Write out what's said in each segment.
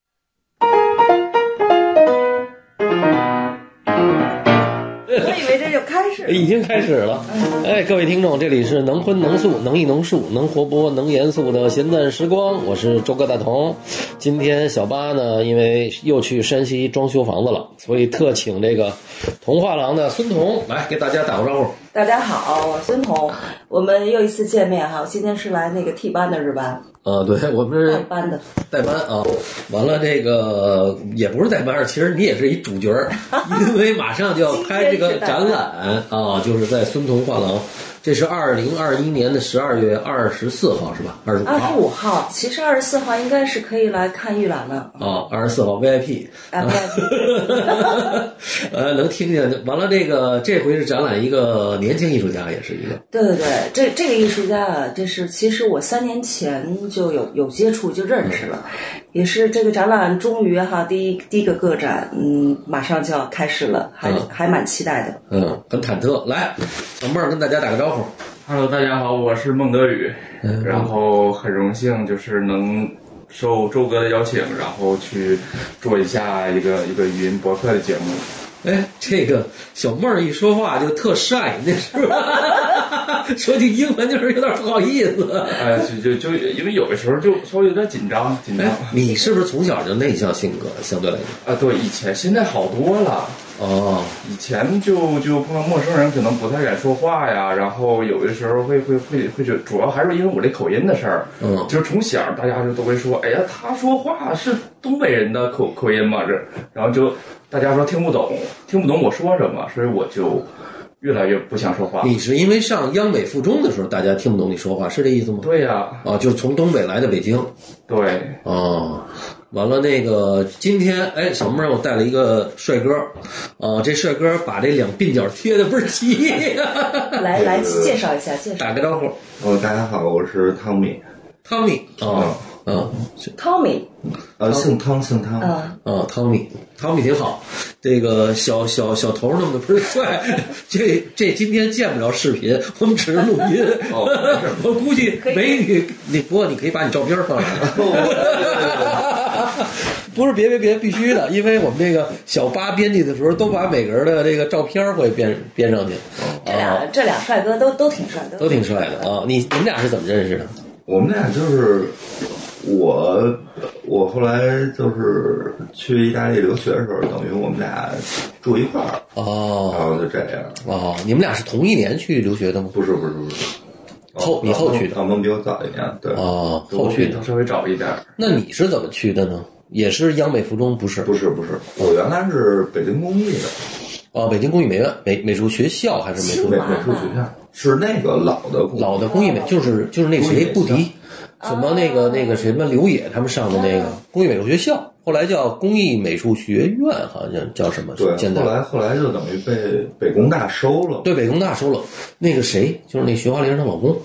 这就开始了 已经开始了。哎，各位听众，这里是能荤能素能艺能术能活泼能严肃的闲淡时光，我是周哥大同。今天小八呢，因为又去山西装修房子了，所以特请这个童画廊的孙童来给大家打个招呼。大家好，我孙彤，我们又一次见面哈。我今天是来那个替班的日班，呃，对我们代是班的，代班啊，完了这个也不是代班，其实你也是一主角 儿，因为马上就要拍这个展览啊，就是在孙彤画廊，这是二零二一年的十二月二十四号是吧？二十五二十号五号，其实二十四号应该是可以来看预览的。啊，二十四号 VIP，啊， 呃，能听见。完了，这个这回是展览一个年轻艺术家，也是一个对对对，这这个艺术家啊，这是其实我三年前就有有接触，就认识了，也是这个展览终于哈第一第一个个展，嗯，马上就要开始了，还、嗯还蛮期待的。嗯，很忐忑。来，小妹儿跟大家打个招呼。 Hello，大家好，我是孟德宇，然后很荣幸就是能受周哥的邀请，然后去做一下一个一个语音博客的节目。哎，这个小妹儿一说话就特晒，那是吧？说句英文就是有点不好意思。哎，就就就因为有的时候就稍微有点紧张，紧张哎，你是不是从小就内向性格？相对来讲，啊。对，以前现在好多了，哦，以前就就碰到陌生人可能不太敢说话呀，然后有的时候会会会会觉，主要还是因为我这口音的事儿。嗯，就是从小大家就都会说，哎呀，他说话是东北人的口口音嘛，这，然后就大家说听不懂，听不懂我说什么，所以我就越来越不想说话。你是因为上央美附中的时候，大家听不懂你说话，是这意思吗？对呀、啊，就是从东北来的北京。对，哦，完了，那个今天哎，小妹儿我带了一个帅哥，啊，这帅哥把这两鬓角贴的倍儿齐， 来来，介绍一下，介绍打个招呼，哦，大家好，我是汤米，汤米啊啊，Tommy，呃，姓汤，姓汤。嗯。啊，汤米，汤米挺好，这个小小小头弄的倍儿帅，这这今天见不着视频，我们只是录音，哦 我估计美女，你不过你可以把你照片放上来。哦 不是，别别别，必须的，因为我们这个小八编辑的时候，都把每个人的这个照片会编编上去，嗯这俩啊，这俩帅哥都都挺帅，都挺帅的啊。你你们俩是怎么认识的？我们俩就是我，我后来就是去意大利留学的时候，等于我们俩住一块儿，然哦后就这样。哦，你们俩是同一年去留学的吗？不是不是不是，哦后你后去的澳门比我早一点，对，哦，后去的。稍微早一点。那你是怎么去的呢？也是央美附中，不是？不是不是，我原来是北京工艺的哦，北京工艺美院美美术学校还是美术美清华美术学校，是那个老的工啊艺老的工艺美，就是就是那工艺谁美哦布迪，什么那个那个什么刘野他们上的那个工艺美术学校，后来叫工艺美术学院，好像叫什么？对，现后在来后来就等于被北工大收了，对北工大收了那个谁，就是那徐华玲她老公，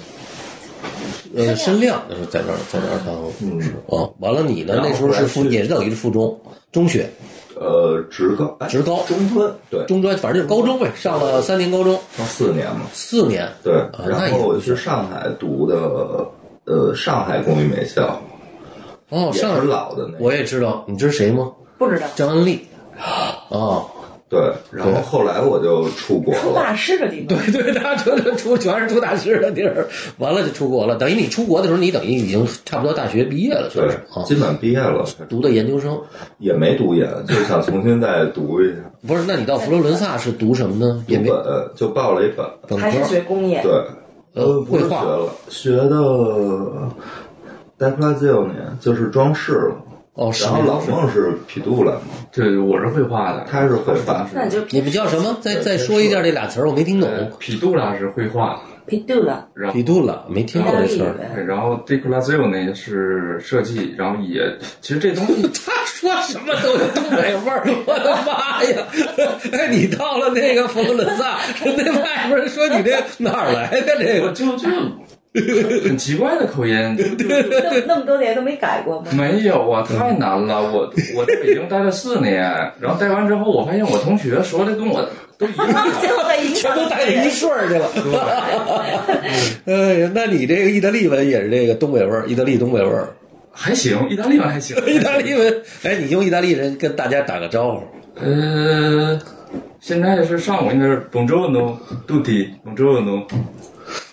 呃，申亮那时候在那儿在那儿当老师啊。完了你呢？嗯然后那时候是后附来去也是等于是附中中学呃，职高，哎职高中专，对，中专，反正就是高中呗，上了三年高中，上四年嘛，四年。对啊，那然也后我去上海读的，呃，上海工艺美校，哦，也是上海老的那个，我也知道，你知道谁吗？不知道张恩 利。哦，对。然后后来我就出国出了，大师的地方。对对，他出出全是出大师的地儿，完了就出国了。等于你出国的时候，你等于已经差不多大学毕业了，算对是啊，，基本毕业了，读的研究生。也没读研，就想重新再读一下，不是，那你到佛罗伦萨是读什么呢？也读没本就报了一本，本还是科。学工业对，呃呃，不是绘学画了，学的。戴普拉兹六年就是装饰了，哦，是然后老孟是匹杜兰嘛，对，我是绘画的，他是绘啊画，那你就你们叫什么？再再说一下这俩词儿，我没听呃懂。匹杜拉是绘画， p i d u 了，然后比。杜了，没听过这词儿。语。然后 d e c o r a z i o 呢是设计，然后也其实这东西他说什么都有东北味儿，我的妈呀！哎，你到了那个佛罗伦萨，人家外边人说你这哪儿来的这 我个？就就很奇怪的口音，就就就那那么多年都没改过 吗？没有啊，太难了。我我在北京待了四年，然后待完之后，我发现我同学说的跟我都一样。最后再影全响都带着一顺儿去了。哎呀，那你这个意大利文也是这个东北味儿，意大利东北味儿。还行， 意大利文还行。意大利文，哎，你用意大利人跟大家打个招呼。呃，现在是上午应该是 Buongiorno tutti Buongiorno，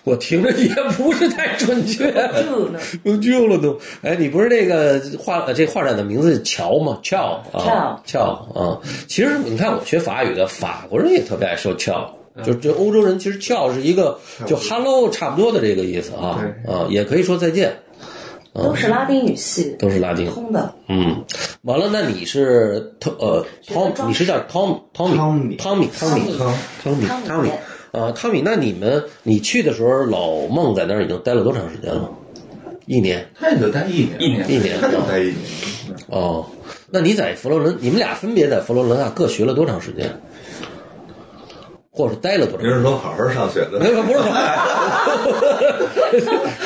我听着也不是太准确，就呢，有救了都。哎，你不是那个画呃这画展的名字乔吗？乔啊， Ciao 乔啊。其实你看，我学法语的，法国人也特别爱说乔。嗯就这欧洲人其实乔是一个就 hello 差不多的这个意思啊啊，也可以说再见，都嗯是拉丁语系，都是拉丁。通的。嗯，完了，那你是 Tom- 呃学的 Tom，装你是叫 Tom Tommy 汤米汤米汤米汤汤米汤米汤米啊汤米，那你们你去的时候，老孟在那儿已经待了多长时间了？一年，他也就待一年，一年一年他就啊待一年，哦。那你在佛罗伦，你们俩分别在佛罗伦萨各学了多长时间，或者是待了多您长？是说好好上学没的？有，不是我，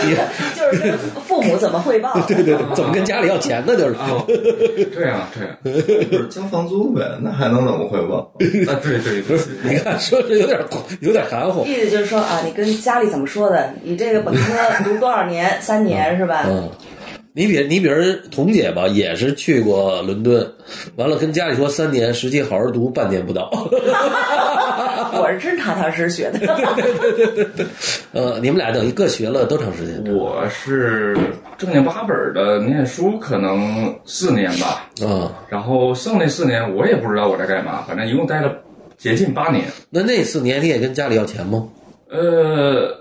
你就是跟父母怎么汇报？对对对，怎么跟家里要钱呢？就是啊，这样这样就是交房租呗，那还能怎么汇报？啊，对对对，你 看，说这有点有点含糊。意思就是说啊，你跟家里怎么说的？你这个本科读多少年？三年是吧？嗯，你比你比如彤姐吧，也是去过伦敦，完了跟家里说三年，实际好好读半年不到。 我是真踏踏实实学的。哎呃，你们俩等于各学了多长时间？我是正经八本的念书，可能四年吧，啊、然后剩那四年我也不知道我在干嘛，反正一共待了接近八年，那那四年你也跟家里要钱吗？ 呃。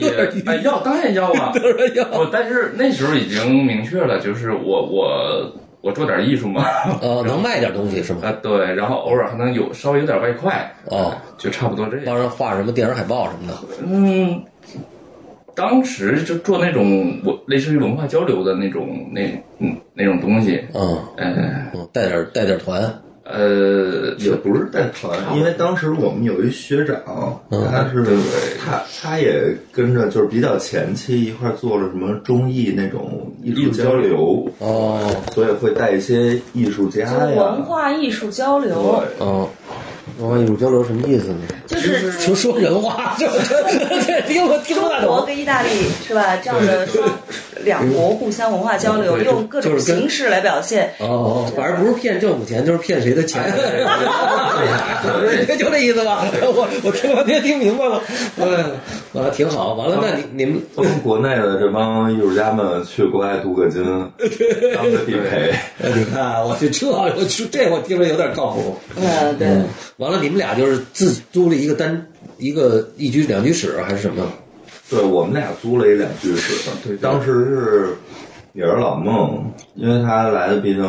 也哎要当然要 啊，当然要。我但是那时候已经明确了，就是我我我做点艺 术嘛，呃，能卖点东西是吗？啊对，然后偶尔还能有稍微有点外快，哦呃就差不多这样。帮人画什么电影海报什么的。嗯，当时就做那种我类似于文化交流的那种那嗯那种东西，嗯呃嗯，带点带点团。呃也不是带团，因为当时我们有一学长，嗯他是对他他也跟着就是比较前期一块儿做了什么中艺那种艺术交流，哦，所以会带一些艺术家就是文呀，化艺术交流，对哦。文化艺术交流什么意思呢？就是 说说人话，这这这听我听中不大国懂。跟意大利是吧？这样的双两国互相文化交流，对用各种就是跟形式来表现。哦，反正不是骗政府钱，就是骗谁的钱。 就就这意思吧。我我听半天听明白了，嗯，啊，挺好。完了，那你你们咱们国内的这帮艺术家们去国外镀 个金，当个地陪，哎你看，我就这我就这我听着有点靠谱。嗯，对，嗯，完了，你们俩就是自己租了一个单一个一居两居室还是什么？对我们俩租了一两居室，啊对对当时是也是老孟，因为他来的毕竟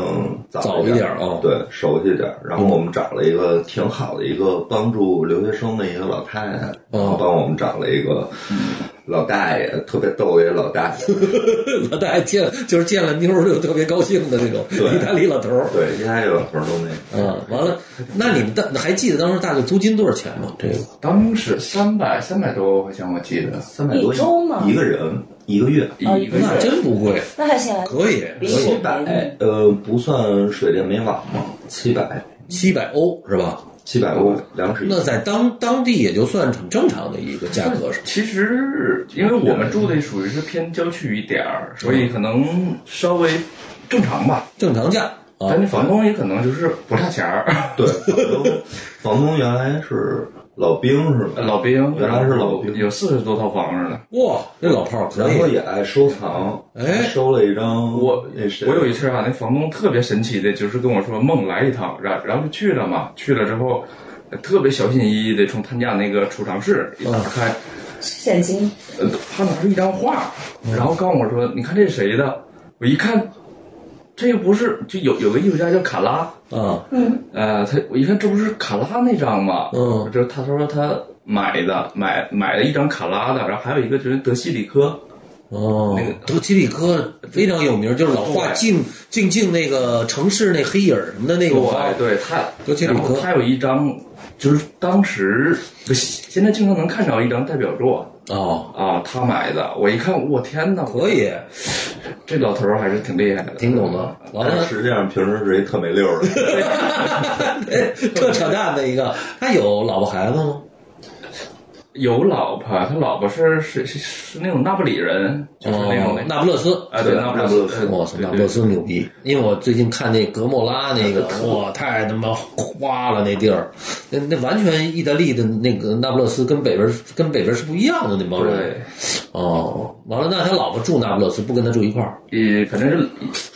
早早一一点儿啊对，熟悉一点儿。然后我们找了一个挺好的一个帮助留学生的一个老太太，哦然后帮我们找了一个嗯老大爷，特别逗的一个老大 爷， 老大爷见就是见了妞儿就特别高兴的那种对意大利老头儿。对，意大利老头儿都那个。嗯，完了，那你们当还记得当时大概租金多少钱吗？这个当时三百三百多块钱我记哦得，三百多一周吗一个人一个月，哦一个那月真不贵，那还行啊，可以，比可以起七百，呃，不算水电煤网嘛，七百，七百欧是吧？七百欧，两室一那在当当地也就算很正常的一个价格是吧其实，因为我们住的属于是偏郊区一点嗯儿，所以可能稍微正常吧。正常价啊但。是房东也可能就是不差钱 儿，对，房东房东原来是老兵是哎吧？老兵原来是老兵有四十多套房子呢。哇，那老炮儿可然后以，也爱收藏，哎收了一张我那谁，我有一次啊，那房东特别神奇的，就是跟我说梦来一趟，然然后就去了嘛，去了之后，呃特别小心翼翼的从他家那个储藏室一嗯打开，现金呃，他拿出一张画，嗯然后告诉我说：“你看这是谁的？”我一看，这不是就有有个艺术家叫卡拉，啊，呃，他我一看这不是卡拉那张吗？嗯就是他说他买的买买了一张卡拉的，然后还有一个就是德西里科，哦那个，德基里科非常有名，就是老画对静静静那个城市那黑影儿什么的那个画对，，对他，德基里然科后他有一张，就是当时现在经常能看着一张代表作哦，啊，他买的。我一看，我天哪，可以，这老头儿还是挺厉害的，挺懂的。完但了，实际上平时是一特没溜儿的， 特扯淡的一个，他有老婆孩子吗？有老婆，他老婆是是是是那种那不里人，就是那种哦，那不勒斯。啊，对，对那不那不勒勒斯，斯呃我操，对那不对勒斯牛逼！因为我最近看那格莫拉那 个，哇，太他妈花了那地儿，那那完全意大利的那个那不勒斯跟北边跟北边是不一样的那帮人。对，哦，完了，那他老婆住那不勒斯，不跟他住一块儿。也反正是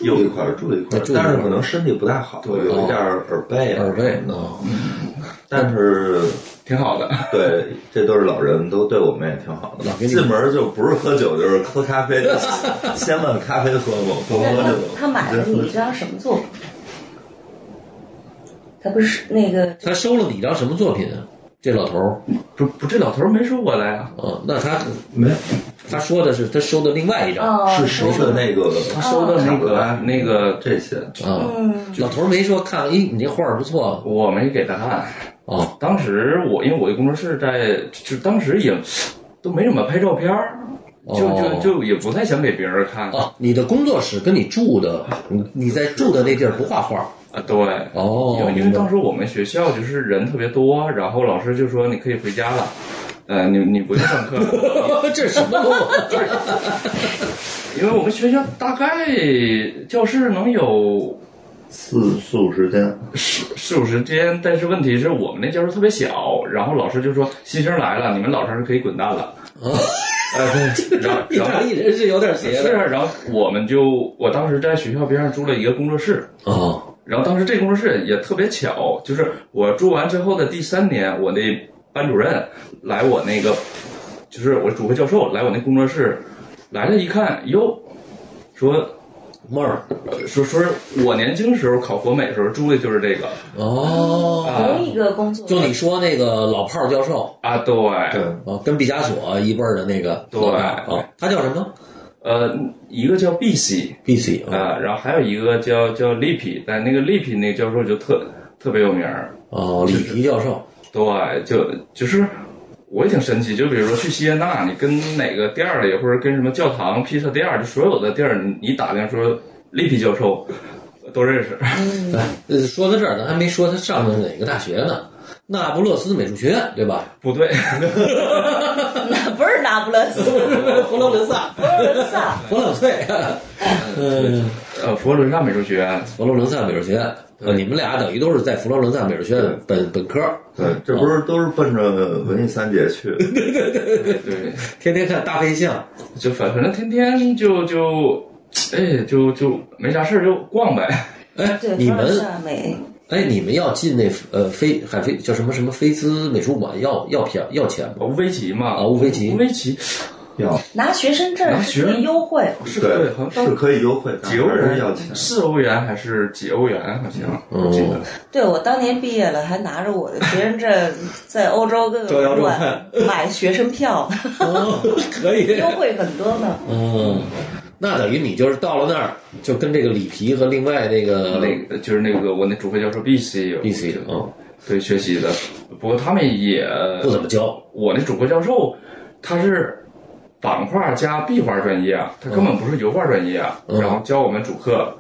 住一块儿住一块儿住，一块但儿哦是可能身体不太好，对有一点儿耳背啊耳背什么的。啊，嗯但是 挺好的。对，这都是老人，都对我们也挺好的老。给你进门就不是喝酒，就是喝咖啡， 先问咖啡喝过，不喝嗯那就他他买了你一张什么作品？他不是那个他收了你一张什么作品啊？这老头儿，不不，这老头儿没收过来啊，啊，那他没他说的是他收的另外一张，哦，是谁的那个他收的那个、哦那个，这些。啊，嗯老头儿没说看，咦，你这画儿不错我没给他看。啊，当时我因为我的工作室在，就当时也都没怎么拍照片儿，就哦就就也不太想给别人看啊。哦，你的工作室跟你住的，你你在住的那地儿不画画儿啊对，哦因为因为当时我们学校就是人特别多，然后老师就说你可以回家了，呃，你你不用上课 了，这是什么路？因为我们学校大概教室能有四四五十间，四四五十间，但是问题是我们那教室特别小，然后老师就说新生来了，你们老师可以滚蛋了。 呃，对，然后哦意然大后利人是有点邪是的啊，然后我们就我当时在学校边上租了一个工作室，啊然后当时这工作室也特别巧，就是我住完之后的第三年，我那班主任来我那个，就是我主课教授来我那工作室，来了一看，哟，说呃妹儿说说我年轻时候考国美时候住的就是这个哦，啊同一个工作，就你说那个老炮儿教授啊，对，对，啊，跟毕加索一辈儿的那个对老大啊，他叫什么呃，一个叫 B C ？B C 啊啊，然后还有一个叫叫 l i p i 但那个 l i p i 那个教授就特特别有名儿，哦，里皮教授对，就就是我也挺神奇。就比如说去锡耶纳，你跟哪个店儿里，或者跟什么教堂、披萨店儿，就所有的店儿，你你打听说利皮教授 都认识。呃，说到这儿，咱还没说他上的哪个大学呢？那不勒斯美术学院，对吧？不对，那不是啊那不勒斯， 佛罗伦萨，佛罗伦萨。 佛朗翠， 嗯，呃，佛罗伦萨美术学院，佛罗伦萨美术学院，呃，你们俩等于都是在佛罗伦萨美术学院本本科，对，这不是都是奔着文艺三杰去？对，天天看大飞象，就反反正天天就就，哎，就就没啥事儿就逛呗。哎对，，你佛罗伦们萨美，哎，你们要进那呃菲海菲叫什么什么菲兹美术馆要要票要钱吗？乌菲齐嘛，啊乌菲齐乌菲齐 要拿学生证拿是学可以优惠，是对好，像是到可以优惠，但几欧还元是要钱。四欧元还是几欧元？啊好像我记得哦。对我当年毕业了，还拿着我的学生证在欧洲各招摇个撞馆买学生票， 哦，可以优惠很多呢。嗯，那等于你就是到了那儿就跟这个里皮和另外那个那个就是那个我那主课教授 B C 有 B C 啊对学习的，不过他们也，不怎么教我那主播教授他是版画加壁画专业啊，他根本不是油画专业啊，嗯然后教我们主课，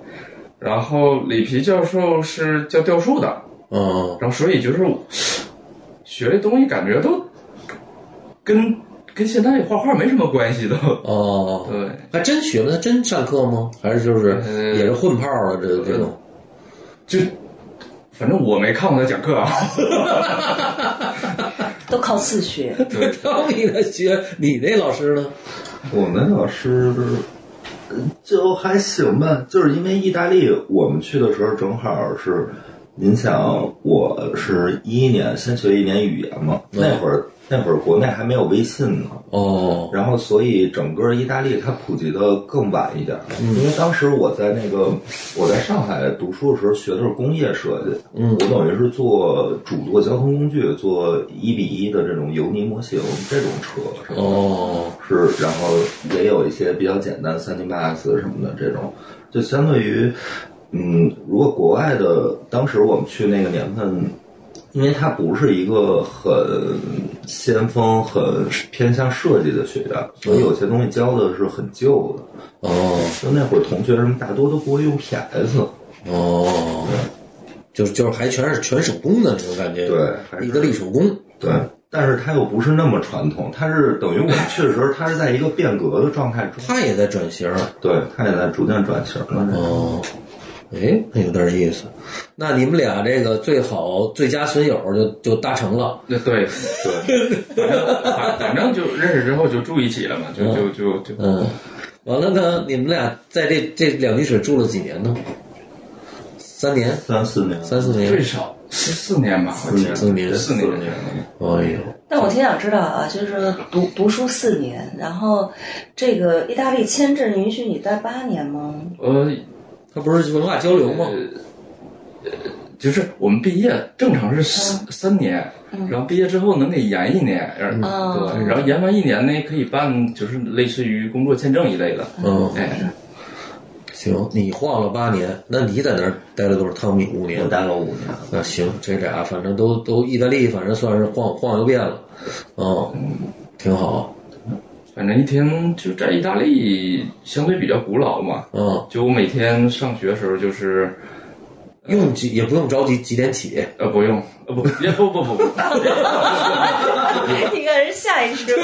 然后里皮教授是教雕塑的，哦然后所以就是学的东西感觉都跟跟现在画画没什么关系都，哦，对，还真学吗？他真上课吗？还是就是嗯也是混泡的这这种？就反正我没看过他 讲课啊，都靠自学，对，当你的学，你那老师呢？我们老师呃就还行吧，就是因为意大利，我们去的时候正好是，您想我是一一年先学一年语言嘛，嗯那会儿那会儿国内还没有微信呢，哦，然后所以整个意大利它普及的更晚一点，嗯因为当时我在那个我在上海读书的时候学的是工业设计，嗯我等于是做主做交通工具，做一比一的这种油泥模型这种车什么的。哦，是，然后也有一些比较简单三 D Max 什么的这种，就相对于，嗯，如果国外的，当时我们去那个年份，嗯因为它不是一个很先锋、很偏向设计的学院，所以有些东西教的是很旧的。哦，就那会儿同学什么大多都不会用 PS，哦，就是就是还全是全手工的这种感觉，对还是意大利手工，对，但是它又不是那么传统，它是等于我们去的时候，它是在一个变革的状态中，他也在转型。对，它也在逐渐转型了。哦，哎，那有点意思。那你们俩这个最好最佳损友就就达成了。那对，对，反正反反正就认识之后就住一起了嘛，就就就就嗯，完了呢，你们俩在这这两滴水住了几年呢？三年，三四年，三四最年。少四四年吧，我记得四年四四年年，哎呦，但我挺想知道啊，就是读读书四年，然后这个意大利签证允许你待八年吗？ 呃，他不是文化交流吗？就是我们毕业正常是三三年，然后毕业之后能给延一年，然后嗯对，然后延完一年呢，可以办就是类似于工作签证一类的，呃嗯，哎，行，你晃了八年，那你在那儿待了多少？汤米五我年。待了五年。那行，这俩反正都都意大利，反正算是晃晃悠遍了，哦，嗯挺好，反正一天就在意大利相对比较古老嘛，嗯，就我每天上学的时候就是用几也不用着急几点 起， 呃不用呃不也不不不 不，你看人下意识，得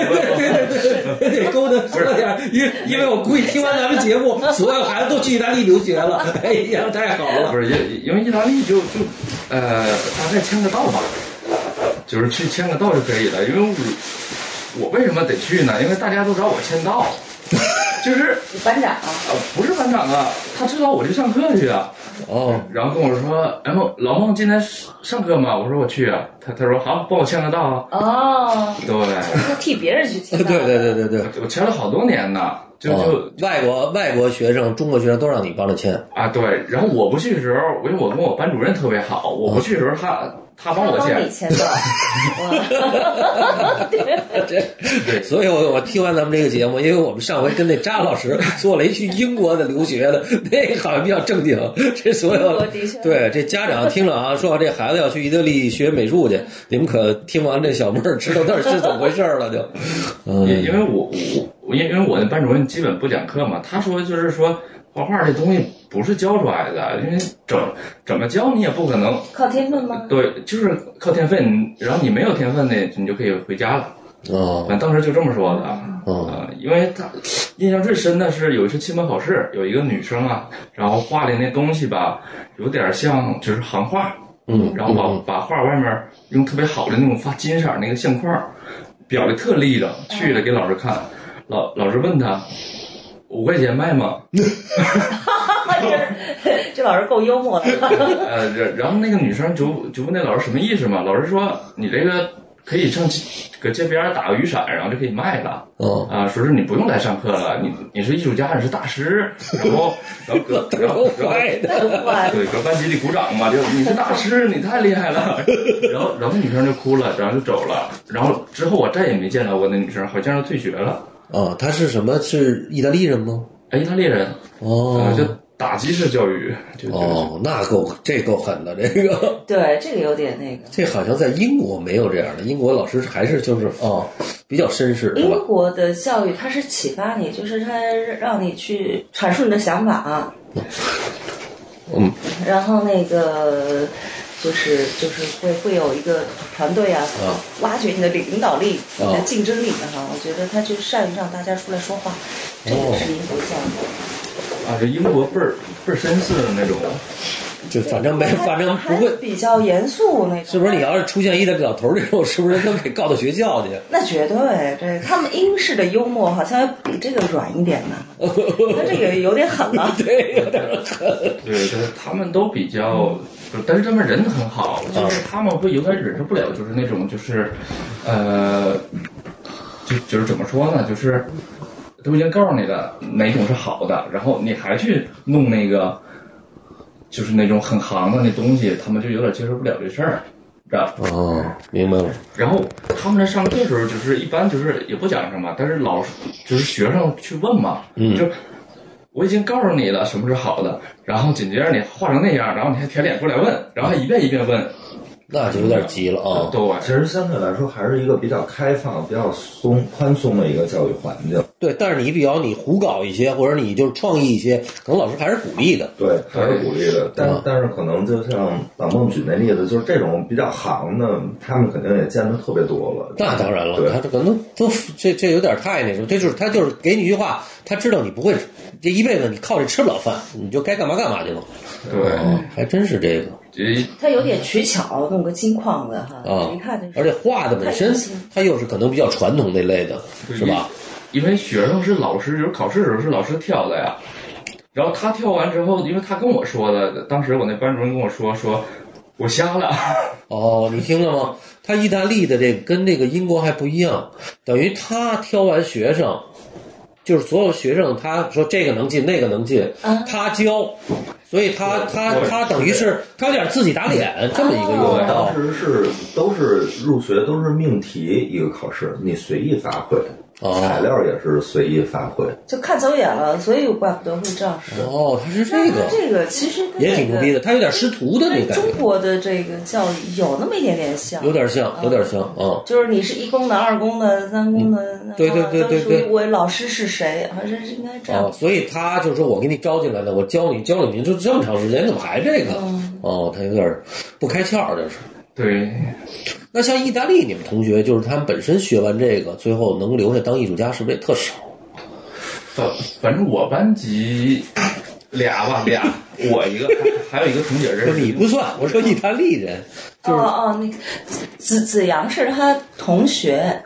勾搭说点儿，因因为我估计听完咱们节 目，所有孩子都去意大利留学了，哎呀，太好了，不是因因为意大利就就呃大概签个到吧，就是去签个到就可以了，因为我我为什么得去呢？因为大家都找我签到， 就是。你班长啊，呃，不是班长啊，他知道我去上课去啊，哦，然后跟我说，哎孟老孟今天上课吗？我说我去啊，他他说好，帮我签个到啊，哦，对，他替别人去签对到，对对对对，我签了好多年呢，就哦就、外国外国学生、中国学生都让你帮着签，啊对，然后我不去的时候，因为我跟我班主任特别好，我不去的时候他他帮他我帮你签，签到，哇 对所以我我听完咱们这个节目，因为我们上回跟那扎老师做了一去英国的留学的，那个好像比较正经。这所英有国的确呃对这家长听了啊，说这孩子要去意大利学美术去，你们可听完这小妹儿知道那是怎么回事儿了就。因嗯，因为我我因因为我的班主任基本不讲课嘛，他说就是说画画这东西不是教出来的，因为怎怎么教你也不可能靠天分吗？ 对，就是靠天分，然后你没有天分的，你就可以回家了。哦反正当时就这么说的啊、哦因为他印象最深的是有一次期末考试，有一个女生啊，然后画的那东西吧，有点像就是行话，嗯，然后把、把画外面用特别好的那种发金色儿那个相框儿，裱的特立正，去了给老师看，老老师问他五块钱卖吗？ 这这老师够幽默的，呃，然然后那个女生就就问那老师什么意思嘛？老师说你这个可以上街搁街边儿打个雨伞，然后就可以卖了哦，啊、说是你不用来上课了，你你是艺术家，你是大师，然后然后搁然 后然后坏的，哇，对搁班级里鼓掌嘛，就你是大师，你太厉害了。 然后然后那女生就哭了，然后就走了。然后之后我再也没见到过那女生，好像是退学了。哦，他是什么？是意大利人吗？哎，意大利人，哦啊，就打击式教育，就就哦，那够这够狠的这个。 对，这个有点那个。这好像在英国没有这样的，英国老师还是就是哦，比较绅士，是吧英？国的教育它是启发你，就是它让你去阐述你的想法，啊嗯，然后那个就是就是会会有一个团队啊，啊挖掘你的领导力、啊你的竞争力哈、我觉得他就善于让大家出来说话，这个是英国教育。啊，这英国倍儿倍儿绅士的那种。就反正没，反正不还会，比较严肃那种。是不是？你要是出现一大老头儿这种，是不是都给告到学校 去？那绝对，对他们英式的幽默好像比这个软一点呢，那这个有点狠啊了。对，有点儿狠。 对，他他们都比较，就但是他们人很好，就是他们会有点忍受不了，就是那种就是，呃，就就是怎么说呢，就是都已经告诉你了哪种是好的，然后你还去弄那个，就是那种很行的那东西，他们就有点接受不了这事儿。是吧？哦，明白了。然后他们在上课的时候，就是一般就是也不讲什么，但是老师就是学生去问嘛，嗯就我已经告诉你了什么是好的，然后紧接着你画成那样，然后你还舔脸过来问，然后还一遍一遍问，那就有点急了嗯啊。对，其实相对来说还是一个比较开放、比较松宽松的一个教育环境。对，但是你比方你胡搞一些，或者你就是创意一些，可能老师还是鼓励的。对，还是鼓励的，但、嗯但是可能就像老孟举那例子，就是这种比较行的，他们肯定也见的特别多了。那当然了，对他这可能都这这有点太那什么，这就是他就是给你一句话，他知道你不会这一辈子你靠这吃不了饭，你就该干嘛干嘛去了。对，哦，还真是这个这 他有点取巧，弄个金框子哈，啊一看就而是且画的本身太有心它又是可能比较传统那类的，是吧？因为学生是老师，就是考试的时候是老师挑的呀。然后他挑完之后，因为他跟我说的，当时我那班主任跟我说说，我瞎了。 哦，你听了吗？他意大利的这个跟那个英国还不一样，等于他挑完学生，就是所有学生，他说这个能进，那个能进，啊他教，所以他他对他等于是他有点自己打脸这么一个用对，法当。时是都是入学都是命题一个考试，你随意发挥，哦材料也是随意发挥。就看走眼了，所以怪不得会这样说。哦，他是但这是个他，这个其实跟也挺牛逼的。的，他有点师徒的那跟感中觉，国的这个教育有那么一点点像，有点像，有点像啊。就是你是一公的、二公的、三公的，然后嗯对对对对都属于对我老师是谁，好像是应该这样哦啊，。所以他就说：“我给你招进来的，我教你教了你，就这么长时间，怎么还这个？”嗯哦，他有点不开窍，这是。对，那像意大利，你们同学就是他们本身学完这个，最后能留下当艺术家，是不是也特少？反反正我班级俩 吧，俩，我一个，还还有一个同学说认识。你不算，我说意大利人，就哦是哦，那个子子阳是他同学，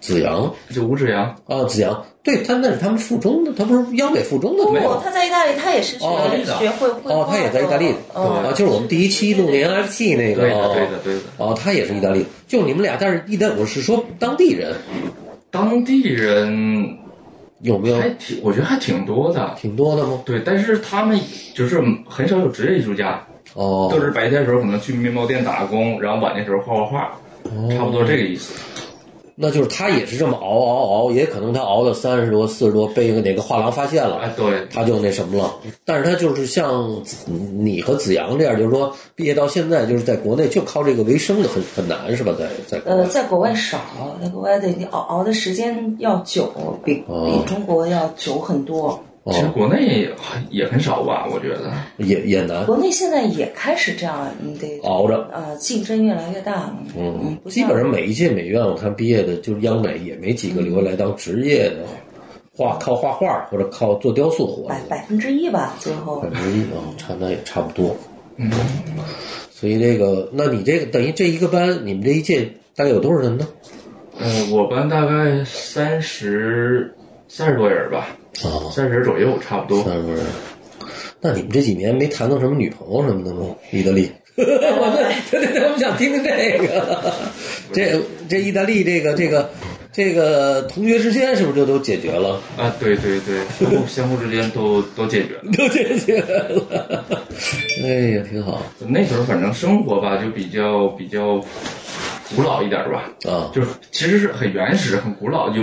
子阳就吴志阳，啊，子阳，对他那是他们附中的，他不是央美附中的不吗？哦他在意大利，他也是学哦学绘绘哦，画他也在意大利的，啊，嗯，就是我们第一期弄的 NFT 那个，对的，哦对的，对的。哦，他也是意大利，就你们俩，但是意大我是说当地人当地人有没有还挺，我觉得还挺多的。挺多的吗？对，但是他们就是很少有职业艺术家，哦，都是白天的时候可能去面包店打工，然后晚的时候画画哦画，差不多这个意思。那就是他也是这么熬熬熬，也可能他熬到三十多、四十多，被哪个画廊发现了。哎，对，他就那什么了，但是他就是像你和子阳这样，就是说毕业到现在，就是在国内就靠这个为生的很很难，是吧？在在国呃，外，在国外少，在国外得你熬熬的时间要久，比哦比中国要久很多。其实哦，国内也很少吧，我觉得。也也难国内现在也开始这样，你得熬着。呃，竞争越来越大了。嗯，不基像本上每一届美院，我看毕业的就是央美，也没几个留下来当职业的画，靠画画或者靠做雕塑活百着。百分之一吧，最后百分之一啊，差那也差不多。嗯，所以这个，那你这个等于这一个班，你们这一届大概有多少人呢？呃，我班大概三十三十多人吧，啊，三十左右差不多。三十多人。那你们这几年没谈到什么女朋友什么的吗？意大利？我们对对对，我们想听听这个。这这意大利这个这个这个同学之间是不是就都解决了？ 啊，对对对，相互 相互之间都都解决了。都解决了。哎呀，挺好那时候反正生活吧，就比较比较古老一点吧，啊。就是其实是很原始、很古老。就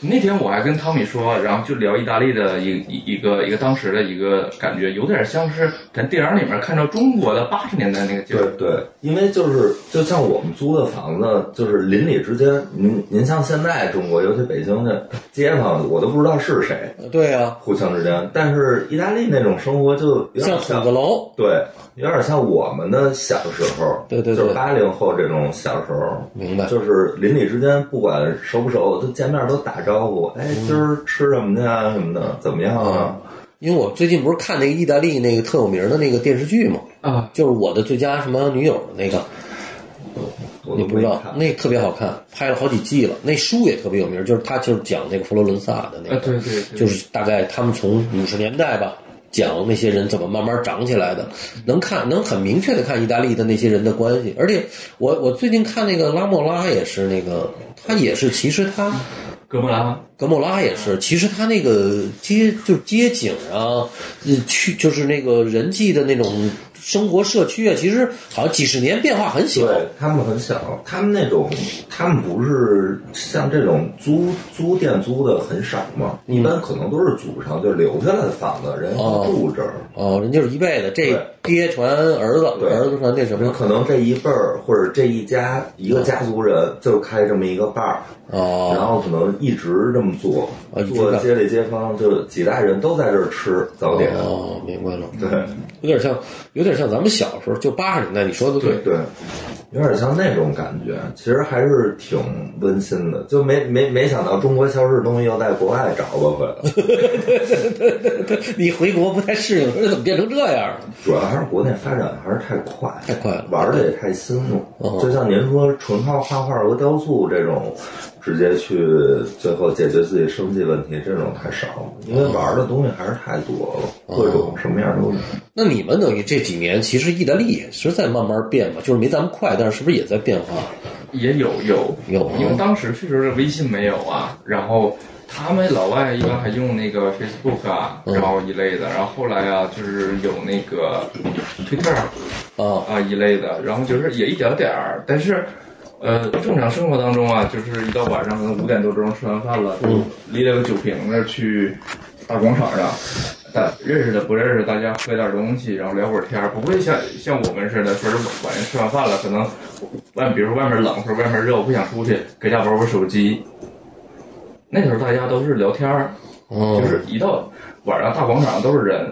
那天我还跟汤米说，然后就聊意大利的一一一个一个当时的一个感觉，有点像是咱电影里面看到中国的八十年代那个劲对儿。对，因为就是就像我们租的房子，就是邻里之间，您您像现在中国，尤其北京的街坊，我都不知道是谁，对啊，互相之间。但是意大利那种生活就有像点筒子楼，对，有点像我们的小时候，对对对就是八零后这种小时候，明白？就是邻里之间不管熟不熟，都见面都打招呼，哎，嗯今儿吃什么去啊？什么的，怎么样啊？因为我最近不是看那个意大利那个特有名的那个电视剧嘛，啊，就是我的最佳什么女友那个，我你都不知道看，那特别好看，拍了好几季了。那书也特别有名，就是他就是讲那个佛罗伦萨的那个，啊对对对就是大概他们从五十年代吧，讲那些人怎么慢慢长起来的，能看能很明确的看意大利的那些人的关系。而且我我最近看那个拉莫拉也是那个，他也是其实他哥莫拉，格莫拉也是，其实他那个街就是街景啊，呃去就是那个人际的那种生活社区啊，其实好像几十年变化很小。对他们很小，他们那种，他们不是像这种租租店租的很少嘛，一般可能都是祖上就留下来的房子，人嗯哦家住这儿。哦，人就是一辈子，这对爹传儿子，对儿子传那什有么，可能这一辈儿或者这一家一个家族人就开这么一个伴儿，然哦，后可能一直这么做啊一，直做干街里街坊，就几代人都在这儿吃早点。哦，明白了，对有点像，有点像咱们小时候，就八十年代，你说的对，对，有点像那种感觉，其实还是挺温馨的。就没没没想到中国消失的东西要在国外找过回来， 你回国不太适应，说怎么变成这样了？主要还是国内发展还是太快，太快了玩的也太新了哦。就像您说，纯靠画画和雕塑这种，直接去最后解决自己生计问题，这种太少了，因为玩的东西还是太多了，嗯各种什么样都有。那你们等于这几年，其实意大利也是在慢慢变吧，就是没咱们快，但是是不是也在变化？也有有有因为当时确实是微信没有啊，然后他们老外一般还用那个 Facebook 啊，嗯然后一类的，然后后来啊就是有那个 Twitter 啊，啊一类的，然后就是也一点点儿，但是。呃，正常生活当中啊，就是一到晚上可能五点多钟吃完饭了，就拎了个酒瓶子去大广场上，大认识的不认识的大家喝点东西，然后聊会儿天儿，不会像像我们似的，说是晚上吃完饭了，可能外比如说外面冷或者外面热，我不想出去，搁家玩会儿手机。那时候大家都是聊天儿，哦就，是一到晚上大广场上都是人，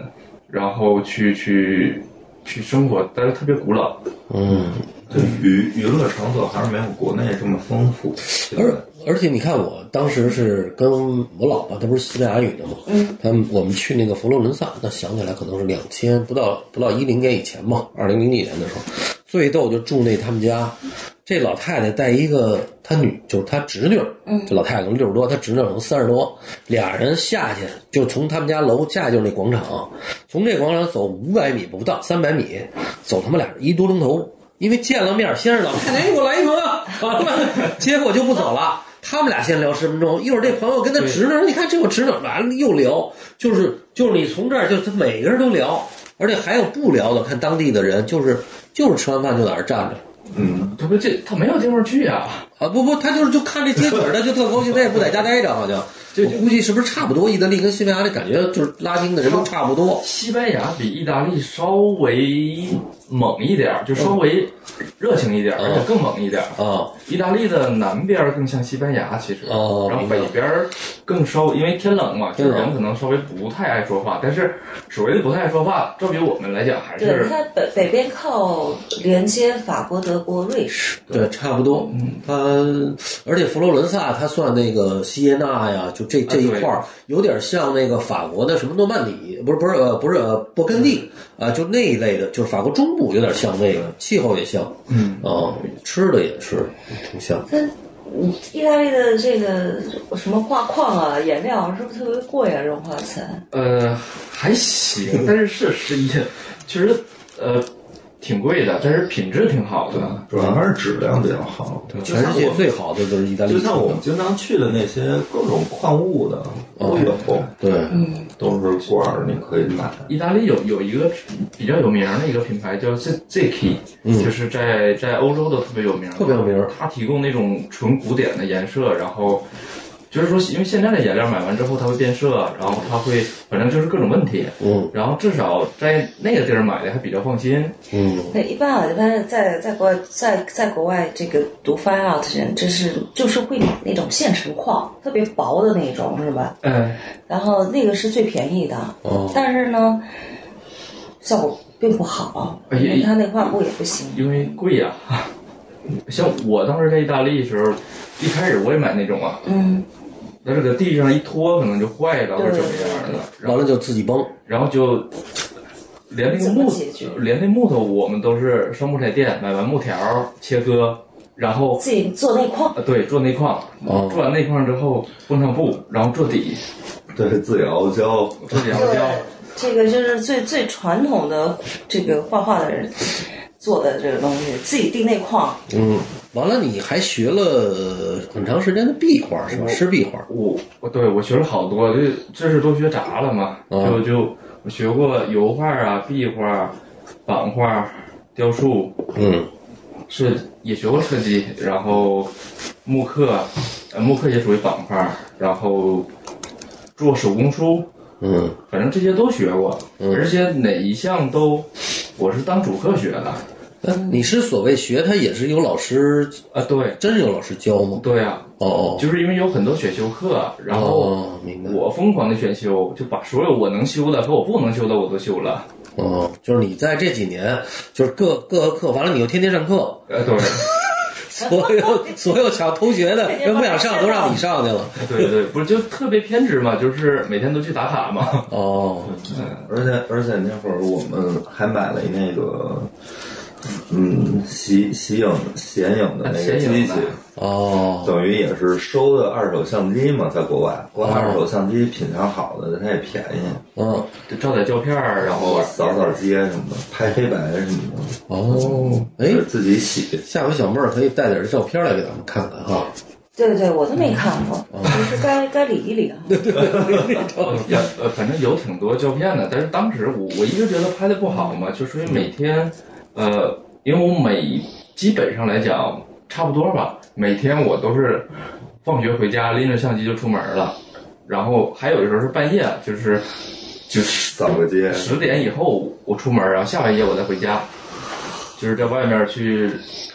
然后去去去生活，但是特别古老。嗯，就娱娱乐场所还是没有国内这么丰富。对而而且你看，我当时是跟我老婆，她不是西班牙语的嘛，嗯，他们我们去那个佛罗伦萨，那想起来可能是两千不到不到一零年以前嘛，二零零几年的时候，最逗就住那他们家，这老太太带一个她女，就是她侄女，嗯，这老太太可能六十多，她侄女可能三十多，俩人下去就从他们家楼下就是那广场，从这广场走五百米不到三百米，走他妈俩人一多钟头。因为见了面儿，先是老太太，哎，给我来一盆啊，完了， 结果就不走了。他们俩先聊十分钟，一会儿这朋友跟他侄女，你看这我侄女，完了又聊，就是就是你从这儿就是他每个人都聊，而且还有不聊的，看当地的人，就是就是吃完饭就在那儿站着。嗯，他不这他没有地方去啊，啊不不，他就是就看这街嘴的，就特高兴，他也不在家待着，好像就估计是不是差不多？意大利跟西班牙的感觉就是拉丁的人都差不多。西班牙比意大利稍微猛一点儿，就稍微热情一点儿，嗯而且更猛一点儿。啊意大利的南边儿更像西班牙，其实，哦然后北边儿更稍，因为天冷嘛，就天冷人可能稍微不太爱说话，但是所谓的不太爱说话，这比我们来讲还对，是它北北边靠连接法国、德国、瑞士，对，差不多。他而且佛罗伦萨，它算那个锡耶纳呀，就这这一块儿，有点像那个法国的什么诺曼底，不是不是呃不是呃勃艮第啊、就那一类的，就是法国中部有点像那个，气候也像，嗯啊，吃的也是挺像。它嗯意大利的这个什么画框啊、颜料是不是特别贵啊？这种画材，呃 还行，但是是是一，其实呃挺贵的，但是品质挺好的。主要还是质量比较好。就全像世界我最好的就是意大利，就像我们经常去的那些各种矿物的嗯都有，对，嗯都是罐儿，你可以买。意大利有有一个比较有名的一个品牌叫 Z Zeki，、就是在在欧洲都特别有名，嗯特别有名它提供那种纯古典的颜色，然后就是说，因为现在的颜料买完之后它会变色，然后它会反正就是各种问题。嗯然后至少在那个地儿买的还比较放心。嗯。那一般啊，一般在在国外在在国外这个读 fine art 的人，就是就是会买那种现成框，特别薄的那种，是吧？哎，然后那个是最便宜的，哦但是呢，效果并不好，啊哎因为也它那画布也不行。因为贵呀、 像我当时在意大利的时候，一开始我也买那种啊，嗯，但是搁地上一拖可能就坏了或者怎么样的。然完后了就自己崩，然后就连那个怎木么解决，连那木头我们都是上木材店买完木条儿切割，然后自己做内框，呃对做内框，哦做完内框之后绷上布，然后做底，对，自己熬胶，做底这后胶个。这个就是最最传统的这个画画的人做的这个东西，自己定内框，嗯，完了你还学了很长时间的壁画是吧？湿壁画，我我对我学了好多，就知识都学杂了嘛，嗯啊就就我学过油画啊、壁画、版画、雕塑，嗯设也学过设计，然后木刻，呃，木刻也属于版画，然后做手工书，嗯反正这些都学过，嗯而且哪一项都我是当主课学的哎，你是所谓学，他也是有老师，啊，对真是有老师教吗？对啊，哦哦，就是因为有很多选修课，然后哦，明白。我疯狂的选修，就把所有我能修的和我不能修的我都修了，哦，就是你在这几年，就是各各个课，完了你又天天上 课，呃，对，所有所有想偷学的人不想上都让你上去了。对对，不是就特别偏执嘛，就是每天都去打卡嘛，哦，嗯而且而且那会儿我们还买了那个，嗯，洗洗影显影的那个啊显机影的器，哦，等于也是收的二手相机嘛，在国外，哦国外二手相机品相好的，它也便宜，嗯，就照点胶片儿，然后哦扫扫街什么的，拍黑白什么的，哦，哎，自己洗。下回小妹儿可以带点这照片来给咱们看看哈。对对，我都没看过，就是该该理啊一理哈。呃，呃，反正有挺多胶片的，但是当时我我一直觉得拍的不好嘛，就所以每天，呃，因为我每基本上来讲差不多吧，每天我都是放学回家拎着相机就出门了，然后还有的时候是半夜，就是就是扫个街，十点以后我出门，然后下半夜我再回家，就是在外面去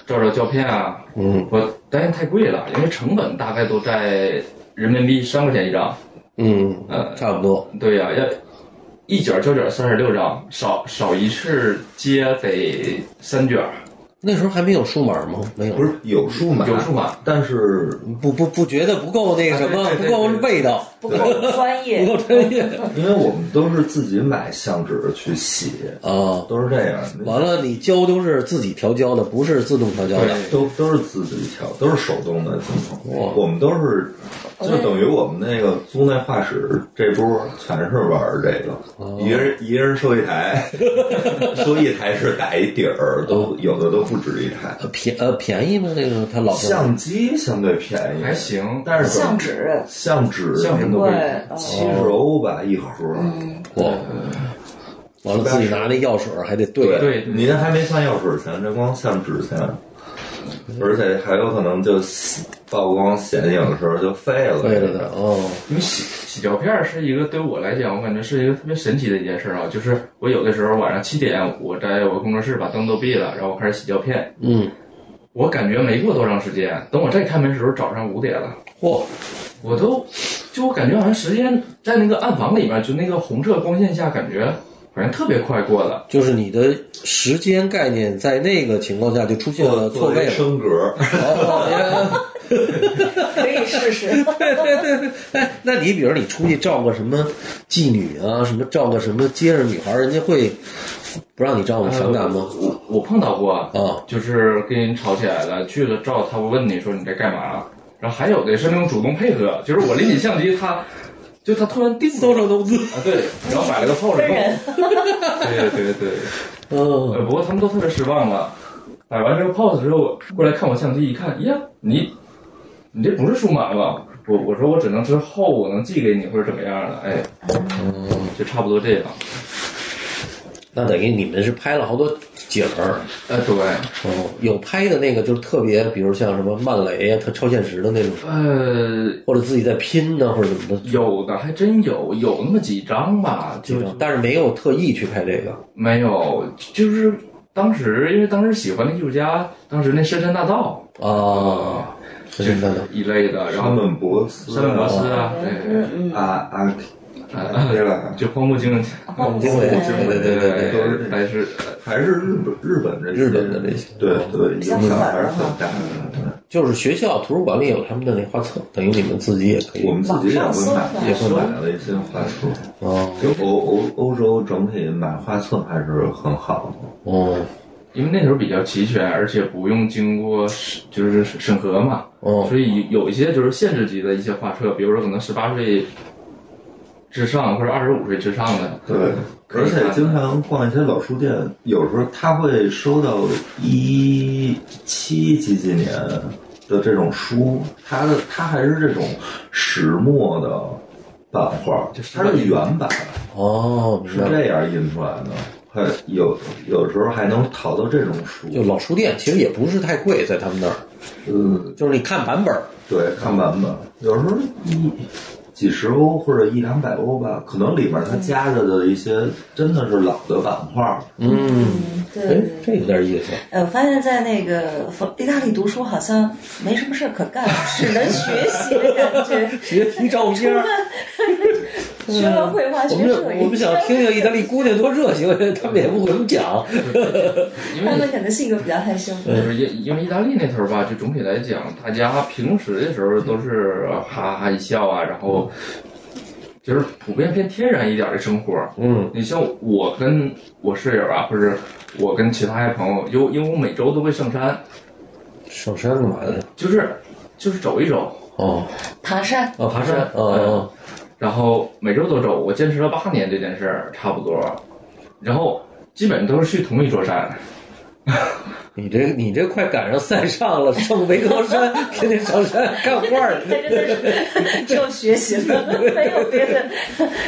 照照胶片啊，嗯我担心太贵了，因为成本大概都在人民币三块钱一张。嗯，呃差不多。对呀、要一卷儿胶卷儿三十六张，少少一次接得三卷儿。那时候还没有数码吗？没有，不是有数码，有数码，但是不不不觉得不够那个什么，啊对不对够对对味道，不够专业 不，够专业因为我们都是自己买相纸去洗，啊。都是这样，完了，你胶都是自己调胶的，不是自动调胶的。对，都都是自己调，都是手动的系统。哇我们都是，就等于我们那个租那画室这波全是玩儿这个，一人一人收一台，收一台是打一底儿，都有的都不止一台。便呃便宜吗？那个他老师相机相对便宜，还，行。但是相纸，相纸哦嗯相纸都对，七嗯十欧吧一盒，哇，完了自己拿那药水还得兑，对您还没算药水钱，这光相纸钱，嗯而且还有可能就曝光显影的时候就废了，对了的哦，因为洗洗胶片儿是一个对我来讲，我感觉是一个特别神奇的一件事儿啊。就是我有的时候晚上七点，我在我工作室把灯都闭了，然后我开始洗胶片。嗯，我感觉没过多长时间，等我再开门的时候，早上五点了，嚯，我都就我感觉好像时间在那个暗房里面，就那个红色光线下，感觉好像特别快过了。就是你的时间概念在那个情况下就出现了做错位了。升格，哦，可以试试。 对对对对， 哎，那你比如你出去照个什么妓女啊，什么照个什么街上女孩儿，人家会不让你照吗？反感呃吗？我我碰到过啊就是跟人吵起来了，去了照他，我问你说你在干嘛？然后还有的是那种主动配合，就是我拎起相机，他就他突然定搜了上东西，啊，对，然后买了个 pose，真 人对对对，嗯呃，不过他们都特别失望了。摆完这个 pose 之后，过来看我相机，一看，哎呀，你你这不是数码吧？我我说我只能之后我能寄给你或者怎么样的，哎，嗯，就差不多这样。那等于你们是拍了好多景儿。呃，对，哦，有拍的那个就是特别，比如像什么漫雷啊，它超现实的那种，呃，或者自己在拼呢，或者怎么的，有的还真有，有那么几张吧，就但是没有特意去拍这个。没有，就是当时因为当时喜欢的艺术家，当时那深山大道啊，就深是深的一类的，然山后本博斯，山本博斯啊，对，嗯啊啊，啊对吧？就荒木经人， 荒木对经惟对对对对，对还是呃还是日本日本这些日本的这些哦对对，较影响反还是了很哈大的。就是学校图书馆里有他们的那画册，等于你们自己也可以。嗯我们自己也网会上嗯买，也会搜的买了一些画册。哦就欧欧欧洲整体买画册还是很好的，哦因为那时候比较齐全，而且不用经过审就是审核嘛，哦所以有一些就是限制级的一些画册，比如说可能十八岁之上或者二十五岁之上的，对。可以而且看经常逛一些老书店，有时候他会收到一七几几年的这种书，他的他还是这种石墨的版画，它是原版，哦，是明白了。这样印出来的，呃，有有时候还能淘到这种书，就老书店其实也不是太贵，在他们那儿，嗯，就是你看版本儿，对，看版本，有时候一几十欧或者一两百欧吧，可能里面它夹着的一些真的是老的版画，嗯，嗯，对哎对，这有点意思。呃，我发现，在那个法意大利读书好像没什么事儿可 干，只能学习的感觉。学习照片儿，学了绘画，我学们摄影，嗯我们想听听意大利姑娘多热情， 他们也不给我们讲。因他为们可能性格比较害羞。嗯就是因因为意大利那头儿吧，就总体来讲，大家平时的时候都是哈哈一笑啊，然后就是普遍偏天然一点儿的生活。嗯，你像我跟我室友啊，或者我跟其他的朋友，因为因为我每周都会上山，上山干嘛的？就是就是走一走，哦，爬山，啊，爬山，啊啊，然后每周都走，我坚持了八年这件事儿差不多，然后基本都是去同一座山。你这你这快赶上塞尚了，上维高山， 天天上山看画 儿。他真的 是只有学习了，没有别 的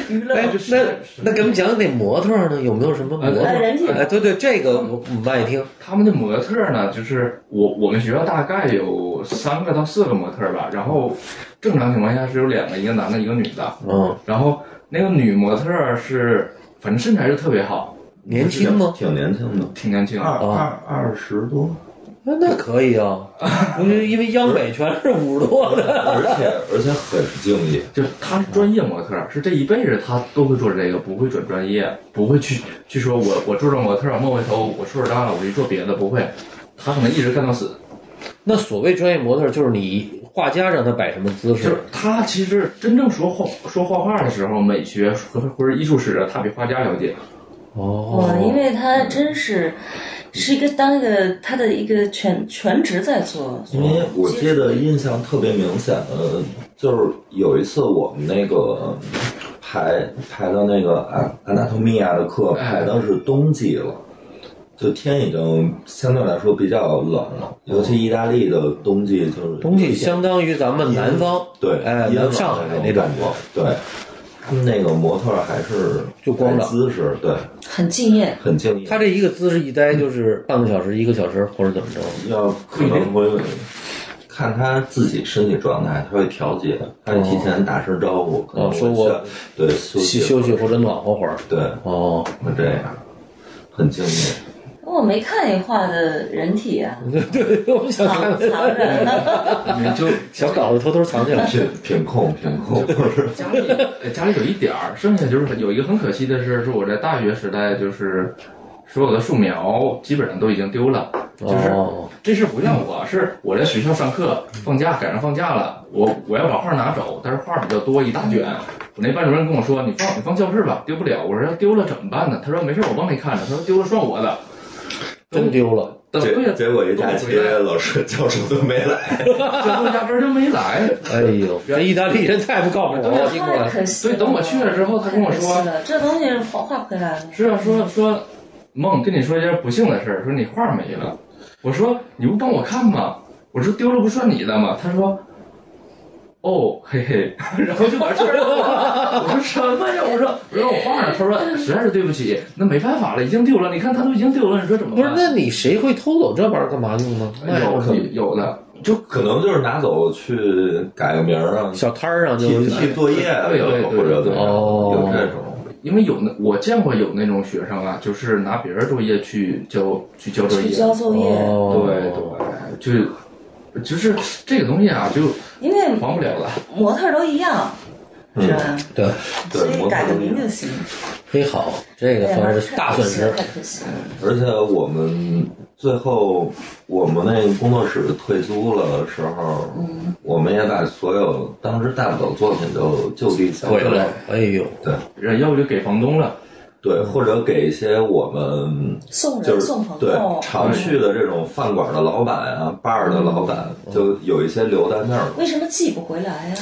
娱乐。哎，那那给我们讲讲那模特儿呢？有没有什么模特呃人体儿？哎，对对，这个我我们爱听。他们的模特儿呢，就是我我们学校大概有三个到四个模特儿吧，然后正常情况下是有两个，一个男的，一个女的，嗯，然后那个女模特儿是反正身材就特别好，年轻吗？挺年轻的，挺年轻二的。二二十多，啊那可以 啊，我觉得因为央美全是五十多的。 而且而且很敬业，就是她是专业模特儿，是这一辈子她都会做这个，不会转专业，不会去去说我我做这模特儿，莫回头，我岁数大了我去做别的，不会，她可能一直干到死。那所谓专业模特儿，就是你画家让他摆什么姿就是势，他其实真正说画说画画的时候，美学和或者艺术史，他比画家了解。哦哇，，因为他真是是一个当一个他的一个全全职在做，因为嗯我记得印象特别明显的，就是有一次我们那个排排到那个安安纳托米亚的课，哎排到是冬季了，就天已经相对来说比较冷了，尤其意大利的冬季就是东西相当于咱们南方，对，哎，阴冷南上海那种感觉，对。他们那个模特儿还是就光着摆姿势，对，很敬业。很敬业。他这一个姿势一待就是半个小时、一个小时，或者怎么着。要可能会看他自己身体状态，他会调节，他会提前打声招呼，可能会哦说我先对休息休休息或者暖和会儿。对，哦，会这样，很敬业。我没看你画的人体啊，对对， 对我们想藏看藏着 呢。就小稿子偷偷藏起 来。品品控，品 控，家里呃家里有一点儿，剩下就是很有一个很可惜的事，是我在大学时代就是所有的素描基本上都已经丢了。就是哦，这事不像我，是我在学校上课，放假赶上放假了，我我要把画拿走，但是画比较多，一大卷。我那班主任跟我说：“你放你放教室吧，丢不了。”我说：“要丢了怎么办呢？”他说：“没事，我帮你看着。”他说：“丢了算我的。真丢了。”等对结呀，结果一假我期回来老师教授都没来，最后压根儿就没来。哎呦，这意大利人太不靠谱 哦了，辛苦太了。啊可惜所了。以等我去了之后，他跟我太可惜说了这东西画画不回来了：“。 是啊，说说梦跟你说一件不幸的事儿，说你画没了。”我说：“你不帮我看吗？”我说：“丢了不算你的吗？”他说。哦，嘿嘿，然后就完事儿了。我说什么呀？我说，我说我画呢。他说实在是对不起，那没办法了，已经丢了。你看他都已经丢了，你说怎么不是办？，那你谁会偷走这玩意儿干嘛用呢？卖有上去有有的，就可能就是拿走去改个名儿啊，小摊儿上就替替作业啊，对对对或者怎么样，哦有这种。因为有那我见过有那种学生啊，就是拿别人作业去交去交作业，去交作业，对哦，对，就是就是这个东西啊，就因为防不了了。模特儿都一样，是吧？哦对嗯对，对所模以特改儿个都一名样就行。嘿好，这个对算吧是大损失太。可惜嗯了，而且我们最后我们那个工作室退租了的时候，嗯我们也把所有当时带不走作品都就地销毁毁了，哎呦，对然要不就给房东了，对，或者给一些我们送就人是送朋对友。常去的这种饭馆的老板啊、bar 的老板，就有一些留在那儿了。为什么寄不回来呀、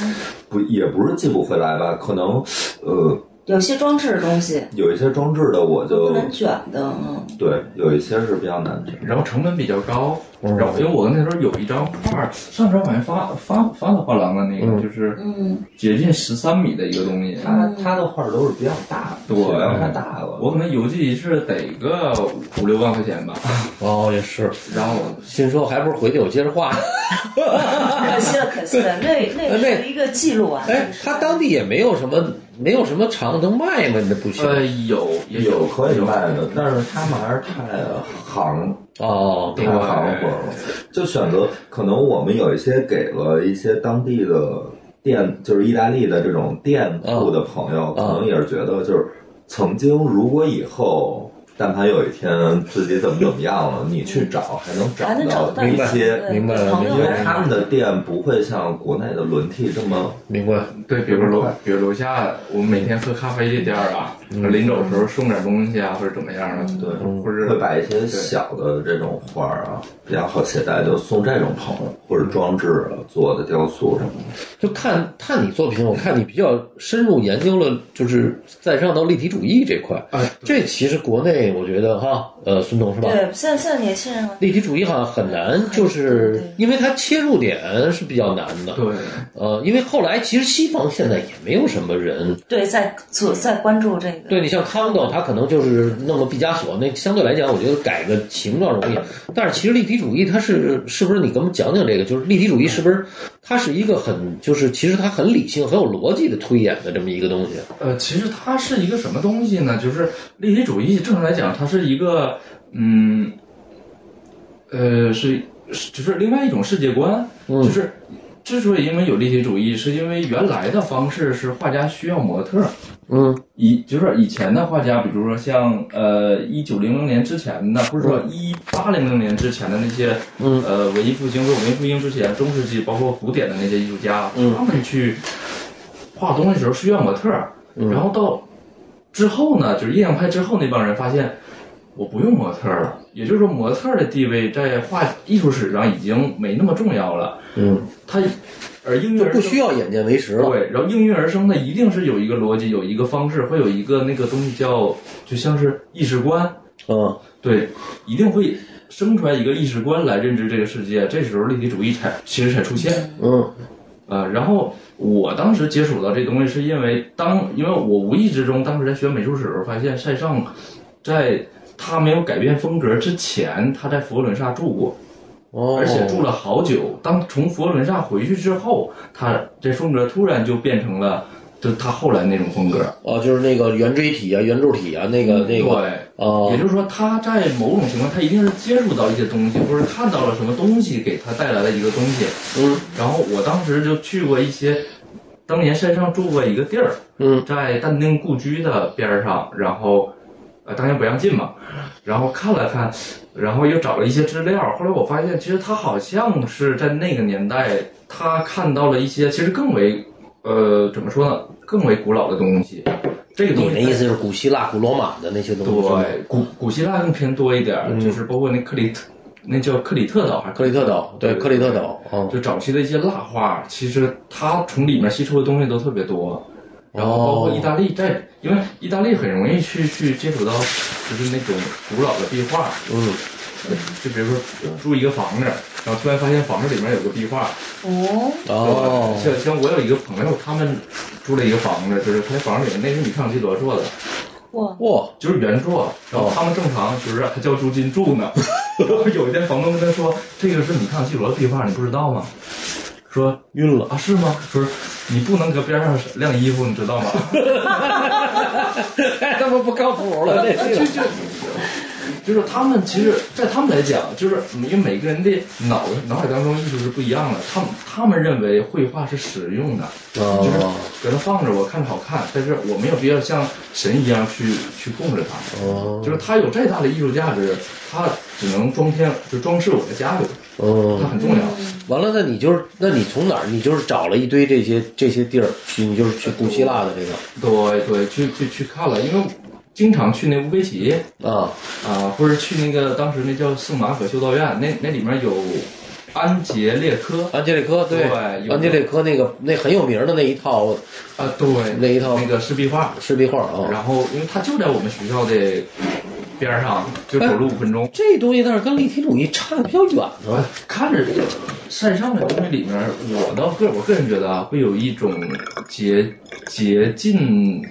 不也不是寄不回来吧？可能，呃，有些装置的东西有一些装置的我都就不能卷的， 嗯，对，有一些是比较难卷。然后成本比较高，哦然后因为我那时候有一张画儿，上周好像发发发到画廊的那个，嗯就是嗯接近十三米的一个东西，他他的画儿都是比较大的，对体量太大了。我可能邮寄一次得个五五六万块钱吧， 哦，也是，然后心说还不如回去我接着画。可惜了，可惜了， 那那那是一个记录啊。哎，他当地也没有什么没有什么厂能卖吗？你这不行呃有也有可以有卖的，但是他们还是太行哦，太行货了，就选择可能我们有一些给了一些当地的店，就是意大利的这种店铺的朋友，可能也是觉得就是曾经如果以后。但凡有一天自己怎么怎么样了，你去找还能还能找找到一些对明白了朋友啊因为们他们的店不会像国内的轮替这么，明白。对，比如楼，比如楼下我们每天喝咖啡的店儿啊，嗯临走的时候送点东西啊，或者怎么样的，对，或者嗯会把一些小的这种花儿啊比较好携带，就送这种朋友或者装置啊做的雕塑什么的。就看看你作品，我看你比较深入研究了，就是再上到立体主义这块。哎这其实国内我觉得哈，呃，孙总是吧？对，现在现在年轻人啊，立体主义好像很难，就是因为它切入点是比较难的。对，呃，因为后来其实西方现在也没有什么人，对，在做在关注这个，对你像康德，他可能就是弄个毕加索，那相对来讲，我觉得改个形状容易。但是其实立体主义它是是不是你给我们讲讲这个？就是立体主义是不是它是一个很就是其实它很理性、很有逻辑的推演的这么一个东西？呃，其实它是一个什么东西呢？就是立体主义，正常来讲，它是一个，嗯，呃，是是就是另外一种世界观，嗯就是之所以因为有立体主义，是因为原来的方式是画家需要模特儿，嗯以就是以前的画家，比如说像呃一九零零年之前的，或者说一八零零年之前的那些，嗯呃文艺复兴和文艺复兴之前中世纪，包括古典的那些艺术家，嗯他们去画东西的时候需要模特儿，嗯然后到之后呢，就是印象派之后那帮人发现。我不用模特儿了，也就是说，模特儿的地位在画艺术史上已经没那么重要了。嗯，他而应运就而不生需要眼见为实了。对，然后应运而生的一定是有一个逻辑，有一个方式，会有一个那个东西叫，就像是意识观，嗯，对，一定会生出来一个意识观来认知这个世界。这时候立体主义才其实才出现。嗯呃，然后我当时接触到这东西，是因为当因为我无意之中当时在学美术史的时候，发现塞尚在他没有改变风格之前，他在佛罗伦萨住过。哦，而且住了好久。当从佛罗伦萨回去之后，他嗯这风格突然就变成了，就他后来那种风格。哦，就是那个圆锥体啊、圆柱体啊，那个那个嗯对，哦也就是说，他在某种情况，他一定是接触到一些东西，或者看到了什么东西给他带来的一个东西。嗯然后我当时就去过一些，当年山上住过一个地儿，嗯在但丁故居的边儿上，然后，呃，当然不让进嘛，然后看了看，然后又找了一些资料，后来我发现，其实他好像是在那个年代，他看到了一些其实更为，呃，怎么说呢，更为古老的东西。这个东你的西在意思就是古希腊、古罗马的那些东西？对，古古希腊更偏多一点儿，就是包括那克里特，那叫克里特岛还是嗯克里特岛，对，克里特岛，嗯，就早期的一些蜡画，其实它从里面吸收的东西都特别多。然后包哦括意大利在，因为意大利很容易去去接触到，就是那种古老的壁画，嗯，就比如说住一个房子，然后突然发现房子里面有个壁画，哦，哦，像像我有一个朋友，他们住了一个房子，就是他房子里面那是米开朗基罗做的，哇，哇，就是原作，然后他们正常就是让他交租金住呢。然后有一天房东跟他说：“这个是米开朗基罗的壁画，你不知道吗？”说晕了，啊，是吗？不是，你不能搁边上晾衣服，你知道吗？太 他妈不靠谱了，这 就就就是他们其实，在他们来讲，就是因为每个人的脑脑海当中艺术是不一样的，他们他们认为绘画是实用的，就是哦搁那放着我看着好看，但是我没有必要像神一样去去控制它，哦，就是它有再大的艺术价值，它只能装天就装饰我的家里，它嗯，很重要。完了，那你就是，那你从哪儿？你就是找了一堆这些这些地儿去，你就是去古希腊的这个对对，去去去看了，因为经常去那乌菲齐。啊，啊，或者去那个当时那叫圣马可修道院，那那里面有安杰列科安吉列科对，对有安吉列科那个那很有名的那一套啊，对那一套那个湿壁画，湿壁画啊，然后因为它就在我们学校的边儿上，就走路五分钟。这东西但是跟立体主义差的比较远啊呢。看着山上的东西里面，我倒个我个人觉得啊，会有一种竭竭尽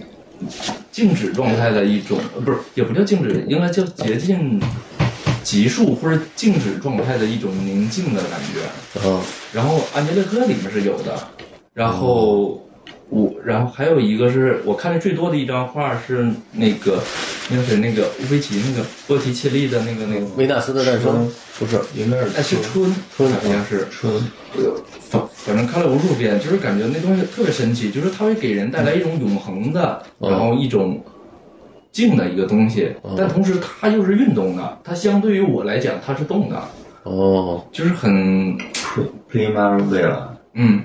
静止状态的一种，呃不是也不叫静止，应该叫竭尽急速或者静止状态的一种宁静的感觉。嗯，然后安吉列克里面是有的，然后我，然后还有一个是我看的最多的一张画是那个那个谁那个乌菲齐那个波提切利的那个那个，维纳斯的诞生不是应该哎是是春春好像是春反反正看了无数遍，就是感觉那东西特别神奇，就是它会给人带来一种永恒的，嗯然后一种静的一个东西，但同时它又是运动的，它相对于我来讲它是动的，哦，就是很 primavera，嗯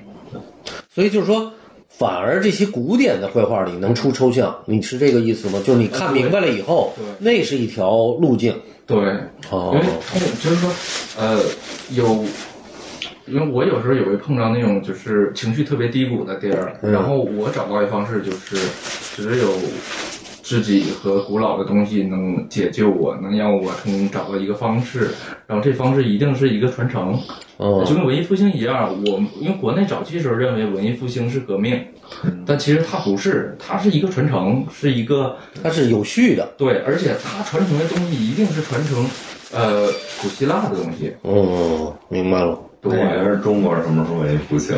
所以就是说，反而这些古典的绘画里能出抽象，你是这个意思吗？就是你看明白了以后对，那是一条路径。对。因哦为，通就是说，呃，有，因为我有时候也会碰到那种就是情绪特别低谷的地儿，嗯然后我找到一方式就是，只有自己和古老的东西能解救我，能让我重新找到一个方式，然后这方式一定是一个传承，哦就，跟文艺复兴一样，我因为国内早期时候认为文艺复兴是革命，嗯但其实它不是，它是一个传承，是一个。它是有序的。对，而且它传承的东西一定是传承，呃，古希腊的东西。哦，明白了。那也是中国什么时候也不行。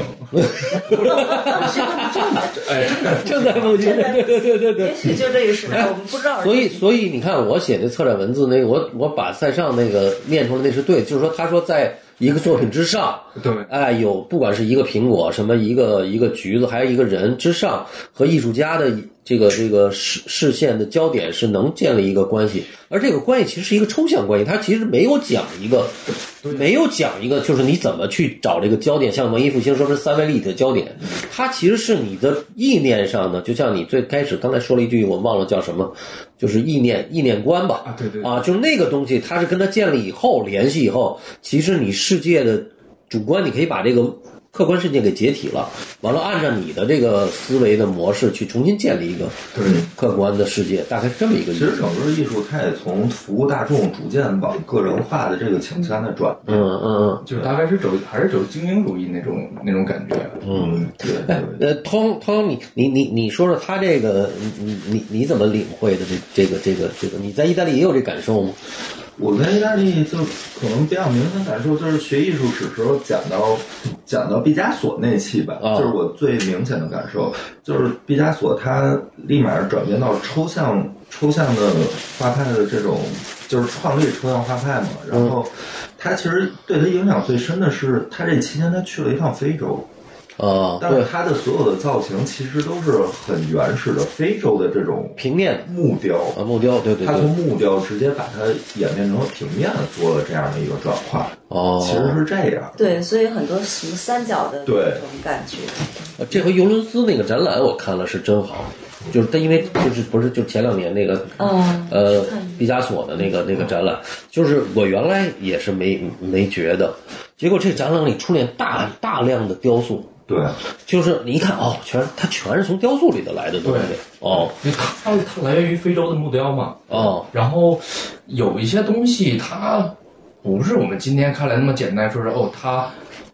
正在梦境，对 对对对也对。许就这个时代，我们不知道。所以，所以你看，我写的策展文字那个，我我把塞尚那个念出来，那是对，就是说，他说在一个作品之上，对，哎，有不管是一个苹果，什么一个一个橘子，还有一个人之上，和艺术家的这个这个视视线的焦点是能建立一个关系，而这个关系其实是一个抽象关系，它其实没有讲一个，没有讲一个就是你怎么去找这个焦点，像文艺复兴说是三维立体的焦点，它其实是你的意念上的，就像你最开始刚才说了一句，我忘了叫什么，就是意念意念观吧，啊对对对啊，就是那个东西，它是跟它建立以后联系以后，其实你世界的主观，你可以把这个客观事件给解体了，完了按照你的这个思维的模式去重新建立一个对客观的世界，大概是这么一个意其实思。整个艺术它也从服务大众逐渐往个人化的这个倾向在转。嗯嗯就是大概是走还是走精英主义那种那种感觉。嗯，对对嗯，呃，通通，你你你你说说他这个，你你你你怎么领会的这这个这个这个？你在意大利也有这感受吗？我在意大利就可能比较明显感受就是学艺术史时候讲到讲到毕加索那期吧，啊就是我最明显的感受就是毕加索他立马转变到抽象抽象的画派的这种，就是创立抽象画派嘛。然嗯后他其实对他影响最深的是他这期间他去了一趟非洲，啊，但是对，他的所有的造型其实都是很原始的非洲的这种平面的木雕。啊，木雕，对对他对从，木雕直接把它演变成了平面的，做了这样的一个转化，哦，其实是这样。对，所以很多什么三角的对那种感觉，呃这回尤伦斯那个展览我看了是真好，就是他因为就是不是就前两年那个嗯呃毕加索的那个那个展览，就是我原来也是没没觉得，结果这展览里出现大大量的雕塑，对，就是你一看哦，全是它全是从雕塑里头来的东西对哦因为它它来源于非洲的木雕嘛，哦然后有一些东西它不是我们今天看来那么简单，说是哦，它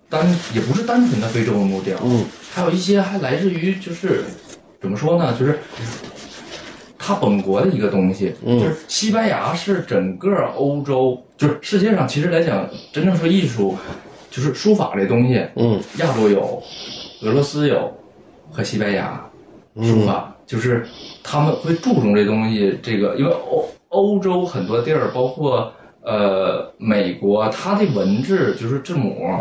单也不是单纯的非洲的木雕，嗯，还有一些还来自于就是怎么说呢，就是。它本国的一个东西，嗯就是西班牙是整个欧洲，就是世界上其实来讲，真正说艺术，就是书法这东西，嗯亚洲有，俄罗斯有，和西班牙书嗯法，就是他们会注重这东西。这个因为欧欧洲很多地儿，包括呃美国，它的文字就是字母，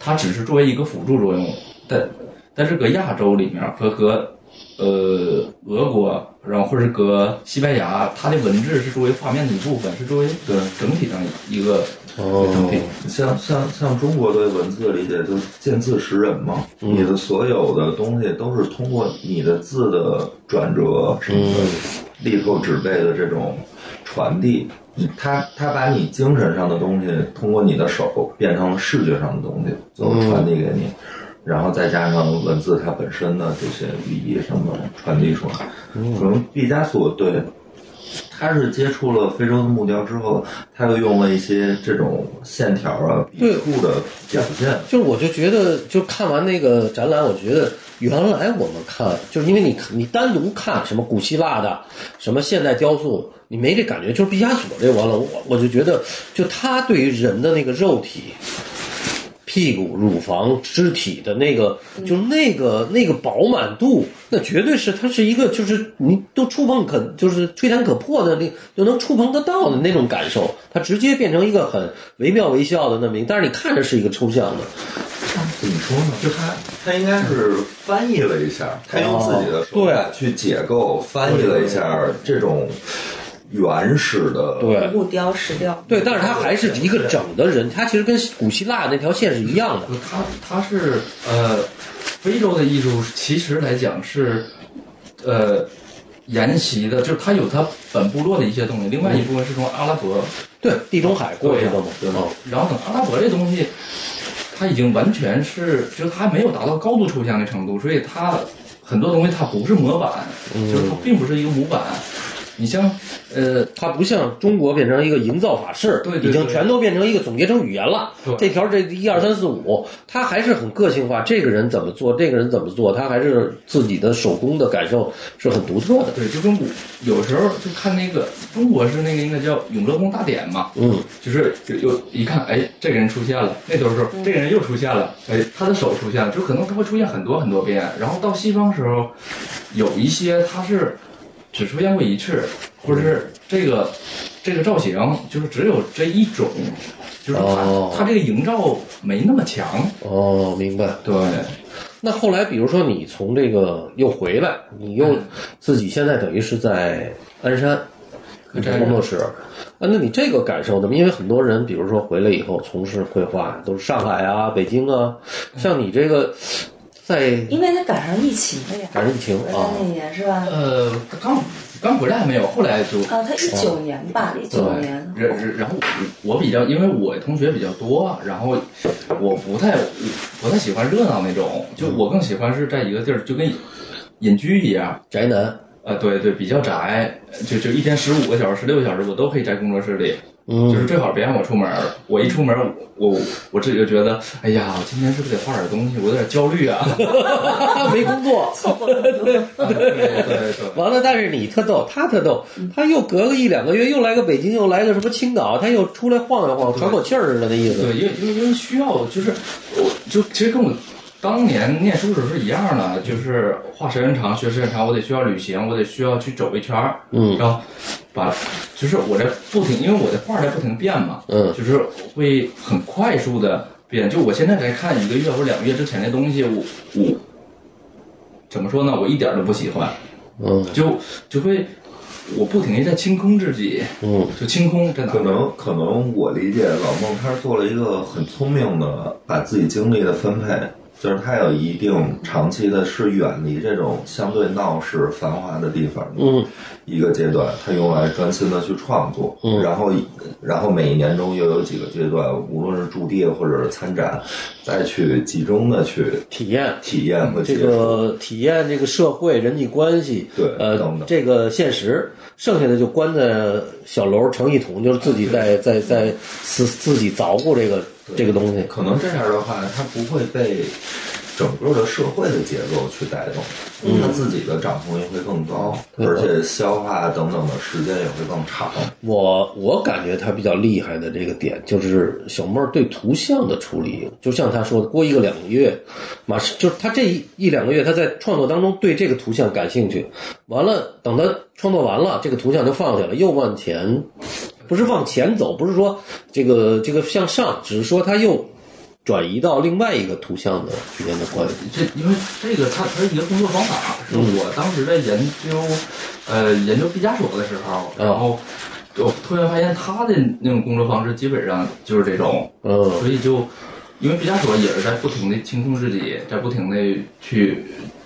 它只是作为一个辅助作用，但但是搁亚洲里面和和呃俄国，然后或者搁西班牙，它的文字是作为画面的一部分，是作为对整体上一个哦整体。像像像中国对文字的理解，就是见字识人嘛。嗯你的所有的东西都是通嗯过你的字的转折什么的，力透纸背的这种传递，他他把你精神上的东西通过你的手变成视觉上的东西，最后传递给你，然后再加上文字它本身的这些寓意什么传递出来。嗯可能毕加索对他是接触了非洲的木雕之后，他又用了一些这种线条啊、笔对触的表现。就是我就觉得，就看完那个展览，我觉得原来我们看，就是因为你你单独看什么古希腊的，什么现代雕塑，你没这感觉。就是毕加索这完了，我我就觉得，就他对于人的那个肉体。屁股、乳房、肢体的那个，就是那个那个饱满度，那绝对是它是一个，就是你都触碰可，就是吹弹可破的那，就能触碰得到的那种感受。它直接变成一个很惟妙惟肖的那么一个，但是你看着是一个抽象的，怎么说呢？就他他应该是翻译了一下，他用自己的手法去解构翻译了一下这种原始的对木雕、石雕，呃对，但是它还是一个整的人，它其实跟古希腊那条线是一样的。呃他他是呃，非洲的艺术其实来讲是，呃，沿袭的，就是它有它本部落的一些东西，另外一部分是从阿拉伯，对，地中海过去的嘛，嗯对对啊吧？然后等阿拉伯这东西，它已经完全是，就是它没有达到高度抽象的程度，所以它很多东西它不是模板，就是它并不是一个模板。你像呃，它不像中国变成一个营造法式，对对对已经全都变成一个总结成语言了对。这条这一二三四五，它还是很个性化。这个人怎么做，这个人怎么做，他还是自己的手工的感受是很独特的。对，就跟古有时候就看那个中国是那个应该叫《永乐宫大典》嘛，嗯，就是有有一看，哎，这个人出现了，那都是这个人又出现了，哎，他的手出现了，就可能他会出现很多很多遍。然后到西方时候，有一些他是只出现过一次，或者是这个这个造型就是只有这一种，就是他、哦他这个营造没那么强。哦，明白。对，那后来，比如说你从这个又回来，你嗯又自己现在等于是在鞍山鞍山工作室啊，那你这个感受怎么？因为很多人，比如说回来以后从事绘画，都是上海啊、北京啊，像你这个在因为它赶上疫情了呀，赶上疫情回来啊，那年是吧？呃，刚刚回来还没有，后来就啊，他一九年吧，一九年，然然然后我我比较，因为我同学比较多，然后我不太不太喜欢热闹那种，就我更喜欢是在一个地儿，就跟隐居一样。宅男，呃，对对，比较宅，就就一天十五个小时、十六个小时，我都可以在工作室里，就嗯是最好别让我出门儿。我一出门儿，我我自己就觉得，哎呀，我今天是不是得画点东西？我有点焦虑啊。啊，没工作。对对对。完了，但是你特逗，他特逗，他又隔个一两个月又来个北京，又来个什么青岛，他又出来晃悠晃悠，喘口气儿似的那意思。对，因为因为因为需要，就是我就其实跟我当年念书时候是一样的，就是画时间长，学时间长，我得需要旅行，我得需要去走一圈儿，嗯然后把就是我在不停，因为我的画在不停变嘛，嗯就是会很快速的变。就我现在来看一个月或者两个月之前的东西，我我怎么说呢？我一点儿都不喜欢，嗯就就会我不停的在清空自己，嗯，就清空在哪儿？可能可能我理解老孟他是做了一个很聪明的，把自己精力的分配，就是他有一定长期的是远离这种相对闹市繁华的地方，嗯，一个阶段，他用来专心的去创作，嗯然后然后每一年中又有几个阶段，无论是驻地或者是参展，再去集中的去体验。体验和这接触。个体验这个社会人际关系，对呃，等等这个现实，剩下的就关在小楼成一桶，就是自己在在在自自己捣鼓这个这个东西。可能这样的话，他不会被整个的社会的节奏去带动，他自己的掌控力会更高，对而且消化等等的时间也会更长。我我感觉他比较厉害的这个点，就是小妹儿对图像的处理，就像他说的，过一个两个月，马上就是他这一一两个月他在创作当中对这个图像感兴趣，完了等他创作完了，这个图像就放下了，又往前，不是往前走，不是说这个这个向上，只是说他又转移到另外一个图像的之间的关系。这因为这个它它是一个工作方法，是我当时在研究，呃，研究毕加索的时候，然后我突然发现他的那种工作方式基本上就是这种，嗯所以就因为毕加索也是在不停的清空自己，在不停的去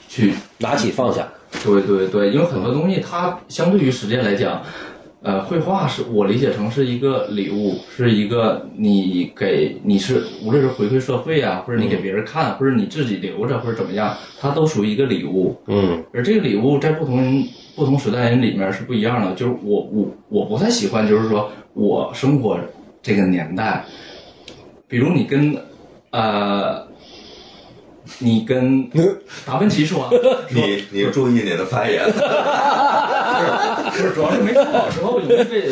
去拿起放下，对对对，因为很多东西它相对于时间来讲，呃，绘画是我理解成是一个礼物，是一个你给你是无论是回馈社会啊，或者你给别人看，或者你自己留着，或者怎么样，它都属于一个礼物。嗯而这个礼物在不同人、不同时代人里面是不一样的。就是我我我不太喜欢，就是说我生活这个年代，比如你跟呃，你跟达芬奇说，啊你你注意你的发 言， 不是主要是没小时候容易被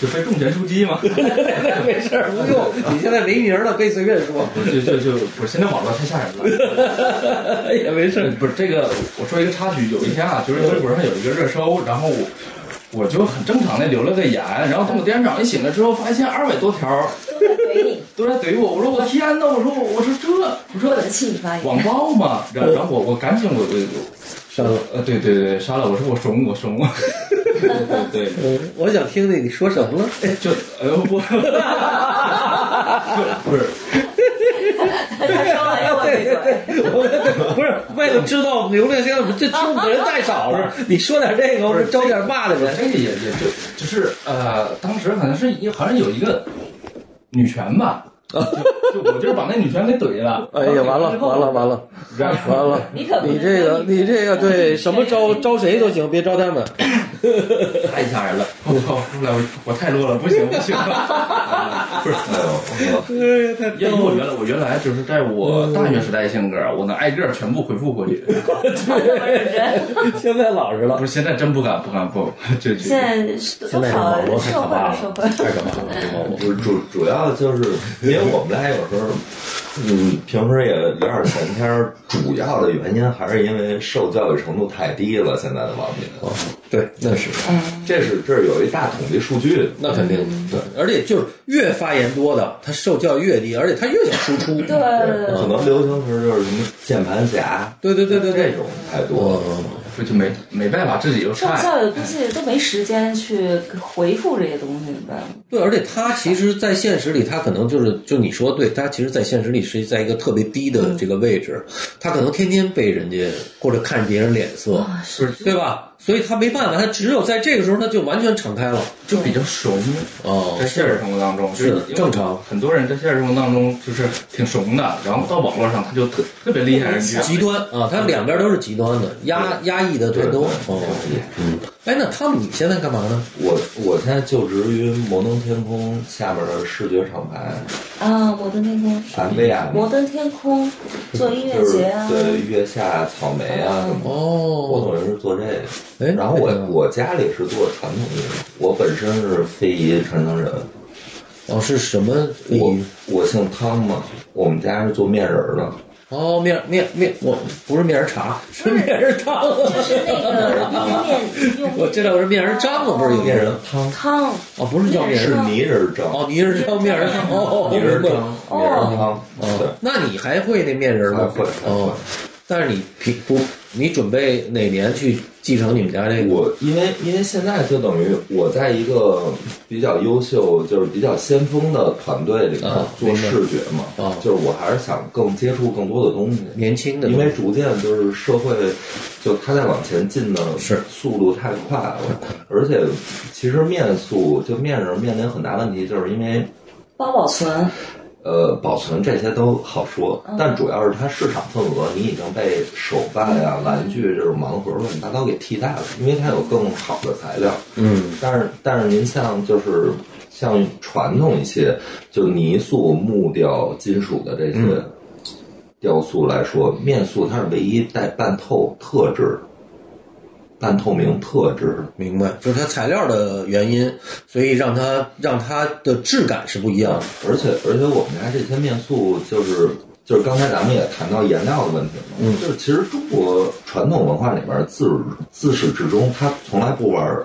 就被重拳出击嘛， 没事儿，不用，你现在没名儿了，可以随便说。就就就不是现在网络太吓人了。也没事这儿，不是这个，我说一个插曲，有一天啊，就是微博上有一个热搜，然后我我就很正常的留了个言，然后等我第二天早上一醒了之后，发现二百多条都在怼你，都在怼我，我说我天呐，我说我我说这我的气发言。网暴嘛，然后然后我我赶紧我我删了，呃对对对删了，我说我怂我怂， 对对对，嗯，我想听听你说什么了。就呃 不，不是他说完又往回怼，我不是为了知道流量，现在我们这听的人太少了，你说点这个，我们招点骂的人。这个也也就就是呃，当时好像是一好像有一个女权吧。就就我就是把那女权给怼了，哎呀，完了完了完了然完后了！你可不能你这个你这个对什么招招谁都行，别招他们。太吓人了，我靠！后来我我太弱了，不行不行， 啊不是，哎呀，太因为我原来我原来就是在嗯我大学时代性格，我能挨个儿全部回复过去， 现在老实了不。是现在真不敢不敢不，这这现在是现多在这少网络太社可怕了太会了，社，会了。可怕了！这网络主主主要就是因为我们俩有时候，嗯，平时也聊点闲天儿，主要的原因还是因为受教育程度太低了，现在的网民，对，那是这是这是有一大统计数据的。那肯定对，而且就是越发言多的，他受教育越低，而且他越想输出。对对对可能流行词就是什么键盘侠，对对对对这对，种太多了。这就没没办法，自己又受菜，教育估计都没时间去回复这些东西吧。对，而且他其实，在现实里，他可能就是就你说对，他其实，在现实里是在一个特别低的这个位置，他可能天天被人家或者看别人脸色，是对吧？所以他没办法，他只有在这个时候，他就完全敞开了。就比较怂，哦在现实生活当中是就是正常很多人在现实生活当中就是挺怂的，然后到网络上他就特特别厉害，人家极端啊，他两边都是极端的，压压抑的团对都。对哦，嗯，哎，那他们你现在干嘛呢？我我现在就职于摩登天空下面的视觉厂牌啊，摩登天空，摩 MVM，登天空做音乐就是节啊，嗯对月下草莓啊什么的。我哦，总是做这个，哎然后我那个我家里是做传统艺术，我本身是非遗传承人，哦是什么？我我姓汤嘛，我们家是做面人儿的，哦，面面面，我不是面人茶，是面人汤。 就是那个用面用我知道是面人张啊嘛，不是有面人汤汤，哦，不是叫面是人泥人蒸，哦，泥人汤面人汤哦，泥人蒸，哦，泥人汤，对哦，，那你还会那面人还吗？会哦，但是你平不，你准备哪年去继承你们家这个？我因为因为现在就等于我在一个比较优秀，就是比较先锋的团队里面啊做视觉嘛，啊就是我还是想更接触更多的东西。年轻的因为逐渐就是社会，就它在往前进的是速度太快了，而且其实面塑就面人面临很大问题，就是因为包保存，呃保存这些都好说，但主要是它市场份额你已经被手办呀、玩具这种盲盒乱七八糟给替代了，因为它有更好的材料。嗯，但是但是您像就是像传统一些，就泥塑、木雕、金属的这些雕塑来说，面塑它是唯一带半透特质、半透明特质的。明白，就是它材料的原因，所以让它让它的质感是不一样的。而且而且我们家这些面塑就是就是刚才咱们也谈到颜料的问题嘛，嗯，就是其实中国传统文化里面自自始至终，它从来不玩儿，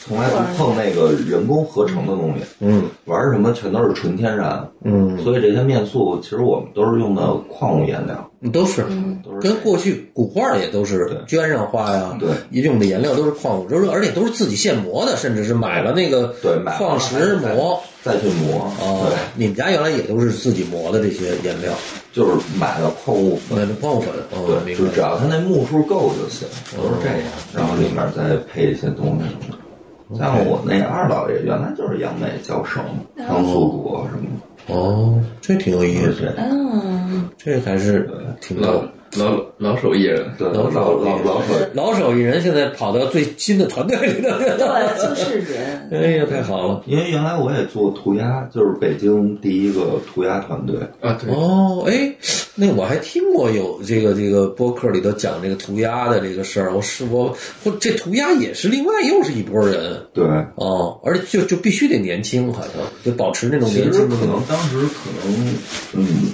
从来不碰那个人工合成的东西，嗯玩儿什么全都是纯天然，嗯，所以这些面塑其实我们都是用的矿物颜料，都是。嗯都是跟过去古画也都是绢上画呀，对用的颜料都是矿物，就是而且都是自己现磨的，甚至是买了那个对买了矿石磨。再去磨，哦，你们家原来也都是自己磨的这些颜料，对，就是买了矿物粉，那是矿物粉。哦，对，就明只白。哦要它那目数够就行，都是这样，然后里面再配一些东西什么的。像我那二姥爷原来就是央美教授，当素国什么的，哦，这挺有意对思，对嗯，这还是挺老逗。老老手艺人，对，老老老老手老手艺人现在跑到最新的团队里头去 了，对，就是人。哎呀，太好了！因为原来我也做涂鸦，就是北京第一个涂鸦团队。啊，对，哦，哎，那我还听过有这个这个播客里头讲这个涂鸦的这个事儿，我是我我这涂鸦也是另外又是一拨人对，哦，而且就就必须得年轻，好像得保持那种其年实轻的可那能种。当时可能，嗯，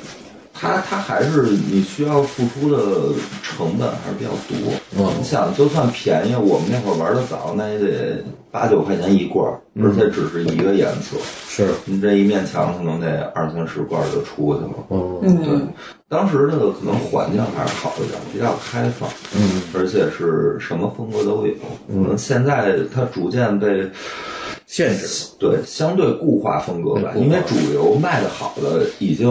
他他还是你需要付出的成本还是比较多。嗯你想，就算便宜，我们那会儿玩的早，那也得八九块钱一罐儿，嗯而且只是一个颜色。是，你这一面墙可能得二三十罐儿就出去了。哦，对嗯，，当时这个可能环境还是好一点，比较开放，嗯，而且是什么风格都有。可能现在它逐渐被限制对相对固化风格吧，嗯固化因为主流卖的好的已经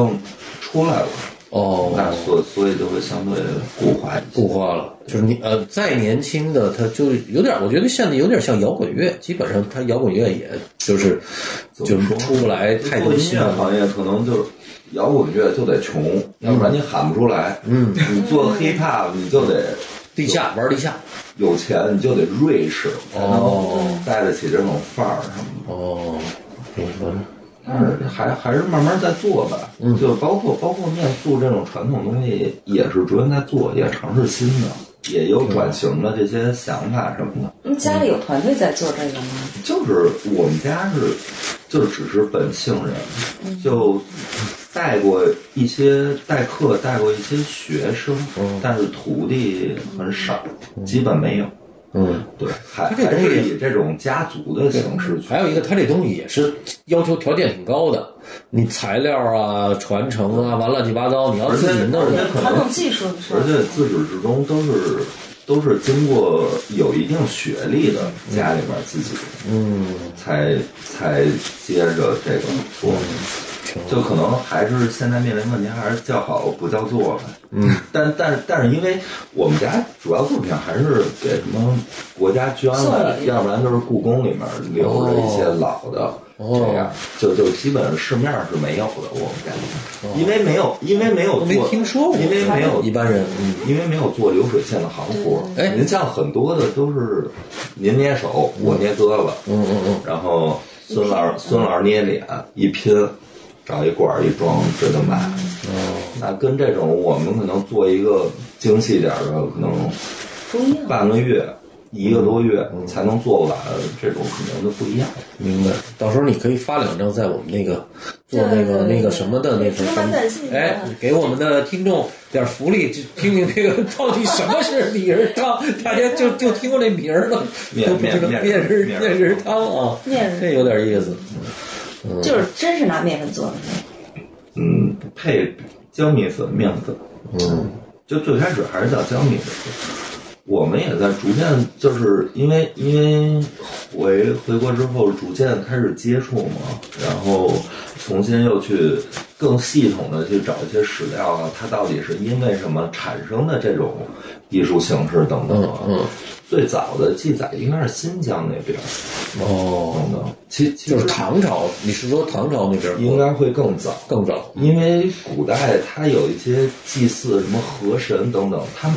出来了，哦，那所所以就会相对固化一些固。化了，就是你呃，再年轻的他就有点，我觉得现在有点像摇滚乐，基本上他摇滚乐也就是就怎么是说出不来太做多音新乐的。行业可能就是摇滚乐就得穷，要不然你喊不出来。嗯， 你做 hiphop 你就得地下玩地下，有钱，你就得瑞士，才哦能带得起这种范儿什么的。哦，明白了。但是还还是慢慢在做吧，嗯就包括包括面塑这种传统东西，也是逐渐在做，也尝试新的，也有转型的这些想法什么的。嗯家里有团队在做这个吗？就是我们家是，就只是本性嗯人，就带过一些代课，带过一些学生，但是徒弟很少，基本没有。嗯，对，还他这还东西是以这种家族的形式去还有一个，它这东西也是要求条件挺高的，你材料啊、传承啊，完乱七八糟，你要自己弄而且的而，可能传统技术是吧而？且自始至终都是都是经过有一定学历的家里边自己嗯，才才接着这个做，挺就可能还是现在面临问题，还是叫好不叫座吧。嗯， 但但但是因为我们家主要作品还是给什么国家捐了送，礼要不然就是故宫里面留着一些老的。哦这样就就基本市面是没有的，我们家，因为没有，因为没有哦都做，没听说过，因为没有一般人，嗯，因为没有做流水线的行活，对哎您像很多的都是您捏手，我捏胳膊，嗯嗯嗯，然后孙老孙老师捏脸，一拼，找一管儿一装，这就卖。哦，那跟这种我们可能做一个精细点儿的，可能不一样。半个月、一个多月嗯才能做完，这种可能就不一样。明白。到时候你可以发两张在我们那个做那个对对对那个什么的那什充满感性么，的哎，给我们的听众点福利，就听听这个到底什么是米人 汤，大家就就听过这名儿了，面都不知道面面人面面人汤啊，面人这有点意思。嗯就是真是拿面粉做的，嗯，配江米粉、面粉，嗯，就最开始还是叫江米粉。我们也在逐渐，就是因为因为回回国之后逐渐开始接触嘛，然后重新又去更系统的去找一些史料啊，它到底是因为什么产生的这种艺术形式等等啊。嗯嗯最早的记载应该是新疆那边等哦，等，其其就是实唐朝，你是说唐朝那边应该会更早。更早？因为古代它有一些祭祀，什么河神等等，它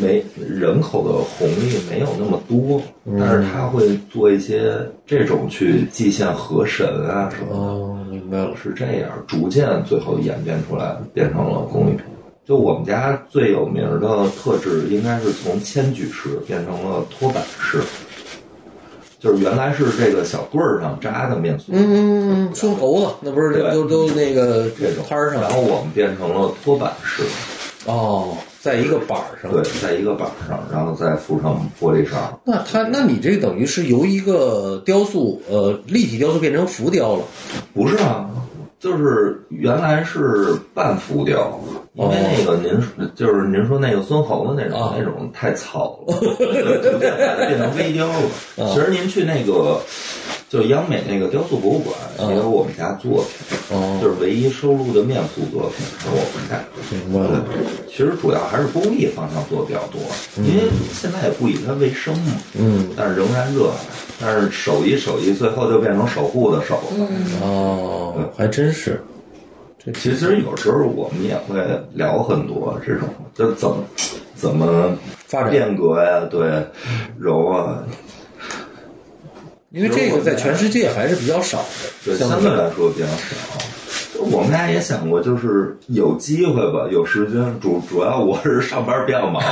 没人口的红利没有那么多，嗯但是它会做一些这种去祭献河神啊什么的，哦，明白了。是这样，逐渐最后演变出来变成了工艺品。就我们家最有名的特质，应该是从铅举式变成了托板式，就是原来是这个小棍儿上扎的面塑，嗯，孙猴子那不是对都都那个这种摊儿上然后我们变成了托板式。哦，在一个板儿上。对，在一个板上，然后再附上玻璃上。那它，那你这等于是由一个雕塑，呃，立体雕塑变成浮雕了。不是啊，就是原来是半浮雕，因为那个您、就是您说那个孙猴子那种、啊那种太糙了，对逐渐把它变成微雕了。其实您去那个就是央美那个雕塑博物馆嗯也有我们家作品，就哦，是唯一收录的面塑作品是我们家。明白哦了。其实主要还是工艺方向做的比较多，因为现在也不以它为生嘛，嗯，但是仍然热爱。但是手艺手艺最后就变成守护的手嗯了。嗯嗯哦，还真是。其实有时候我们也会聊很多这种，就怎么怎么发展变革呀、对，柔啊，因为这个在全世界还是比较少对，的，相相对来说比较少。我们俩也想过，就是有机会吧，有时间。主主要我是上班 比较忙，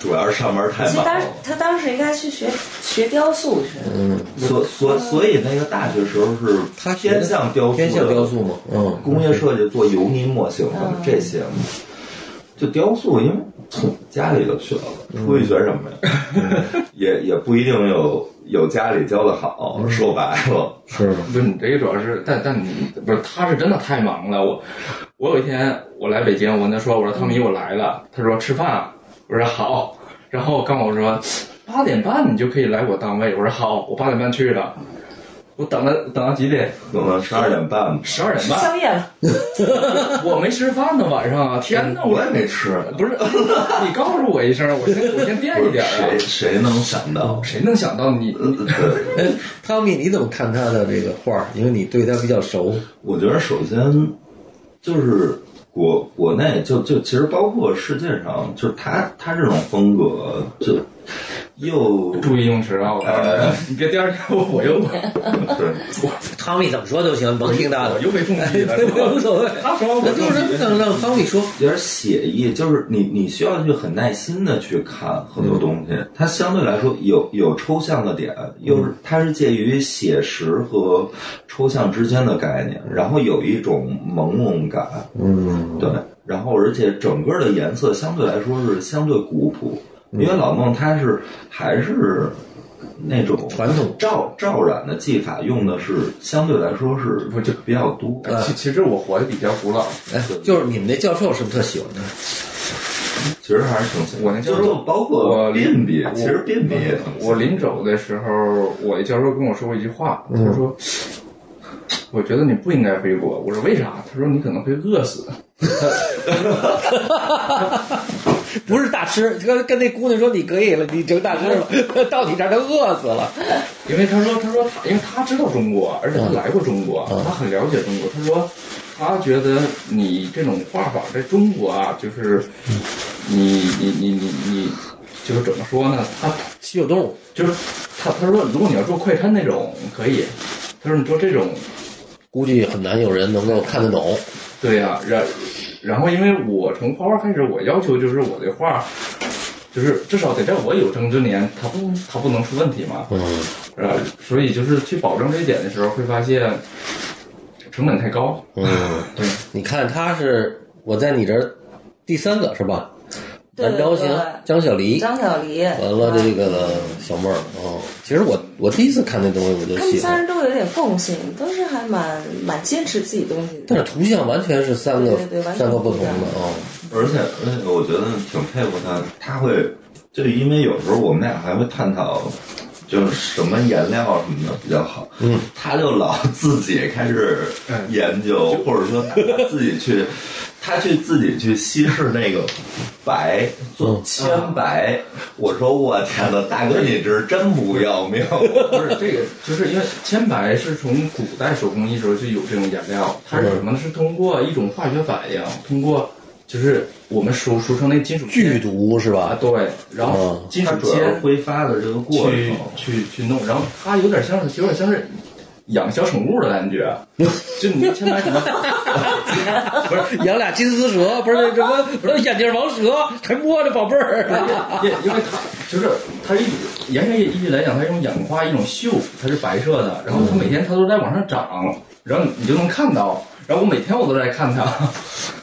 主要是上班太其实忙当了时。他当时应该去学学雕塑去，嗯所所所以那个大学时候是他学的偏向雕塑，偏向雕塑嘛，嗯，工业设计做油泥模型的这些嘛。就雕塑，因为从家里就学了，出去学什么呀？也也不一定有有家里教的好。说白了，是吗？不是你这个主要是，但但你不是，他是真的太忙了。我我有一天我来北京，我跟他说，我说汤米我来了，他说吃饭啊，我说好，然后跟我说八点半你就可以来我单位，我说好，我八点半去了，我等了等到几点？可能十二点半吧，十二点吃 半，宵夜了。我没吃饭呢，晚上啊，天呐，我我也没吃。不是 你告诉我一声，我先我先垫一点啊谁。谁能想到？谁能想到你呃对，哎，汤米，你怎么看他的这个画儿？因为你对他比较熟，我觉得首先就是国国内就就其实包括世界上，就是他他这种风格就又注意用词啊？我告诉哎 你，你别第二天我又对，汤米怎么说都行，甭听他我 的，又被冲击哎了，是吧无 所谓。他说我那就是让让汤米说，有点写意，就是你你需要去很耐心的去看很嗯多东西，它相对来说有有抽象的点，又嗯是它是介于写实和抽象之间的概念，然后有一种朦胧感，嗯，对，然后而且整个的颜色相对来说是相对古朴，嗯因为老孟他是还是那种传统照照染的技法用的是相对来说是不就比较多，呃其其实我活得比较古老，哎，就是你们那教授是不是特喜欢他？其实还是挺喜欢我那就是教授包括我鬓比，我其实鬓比也挺喜欢我临走的时候，我的教授跟我说过一句话，他说：“ 我觉得你不应该回国。”我说：“为啥？”他说：“你可能会饿死。 不是大师，跟跟那姑娘说你可以了，你成大师了， 到你这儿都饿死了。”因为他说：“他说他，因为他知道中国，而且他来过中国，他很了解中国。他说，他觉得你这种画法在中国啊，就是你你你你你，就是怎么说呢？他稀有动物，就是他他说，如果你要做快餐那种可以，他说你做这种估计很难有人能够看得懂。对呀、然然后因为我从画画开始，我要求就是我的画，就是至少得在我有生之年，它不它不能出问题嘛。嗯，呃，所以就是去保证这一点的时候，会发现成本太高。嗯，对，你看他是我在你这儿第三个是吧？对蓝昭行对、张小黎，张小黎，嗯嗯完了这个小妹儿哦，其实我我第一次看那东西我就他们喜三欢，人都有点共性，都是还蛮蛮坚持自己东西但的。是图像完全是三个对对对完全三个不不同一的样哦，而且而且我觉得挺佩服他，他会就因为有时候我们俩还会探讨。就是什么颜料什么的比较好，嗯，哎他就老 自己开始研究，或者说他自己去，他去自己去稀释那个白，做铅白。我说我天呐，大哥你这是真不要命！ 不是这个，就是因为铅白是从古代手工艺时候就有这种颜料，它是什么呢？是通过一种化学反应，通过就是我们俗俗称那金属剧铅毒是啊，吧？对，然后嗯金属它主要是铅挥发的这个过程，去去去弄，然后它有点像是有点像是养小宠物的感觉，就你先买什么？ 不是， 养俩金丝蛇，不是什么不是眼镜王蛇，还摸着宝贝 儿。因 因为它就是它一严格意义来讲，它是一种氧化一种锈，它是白色的，然后它每天它都在往上涨，然后你就能看到，然后我每天我都在看它，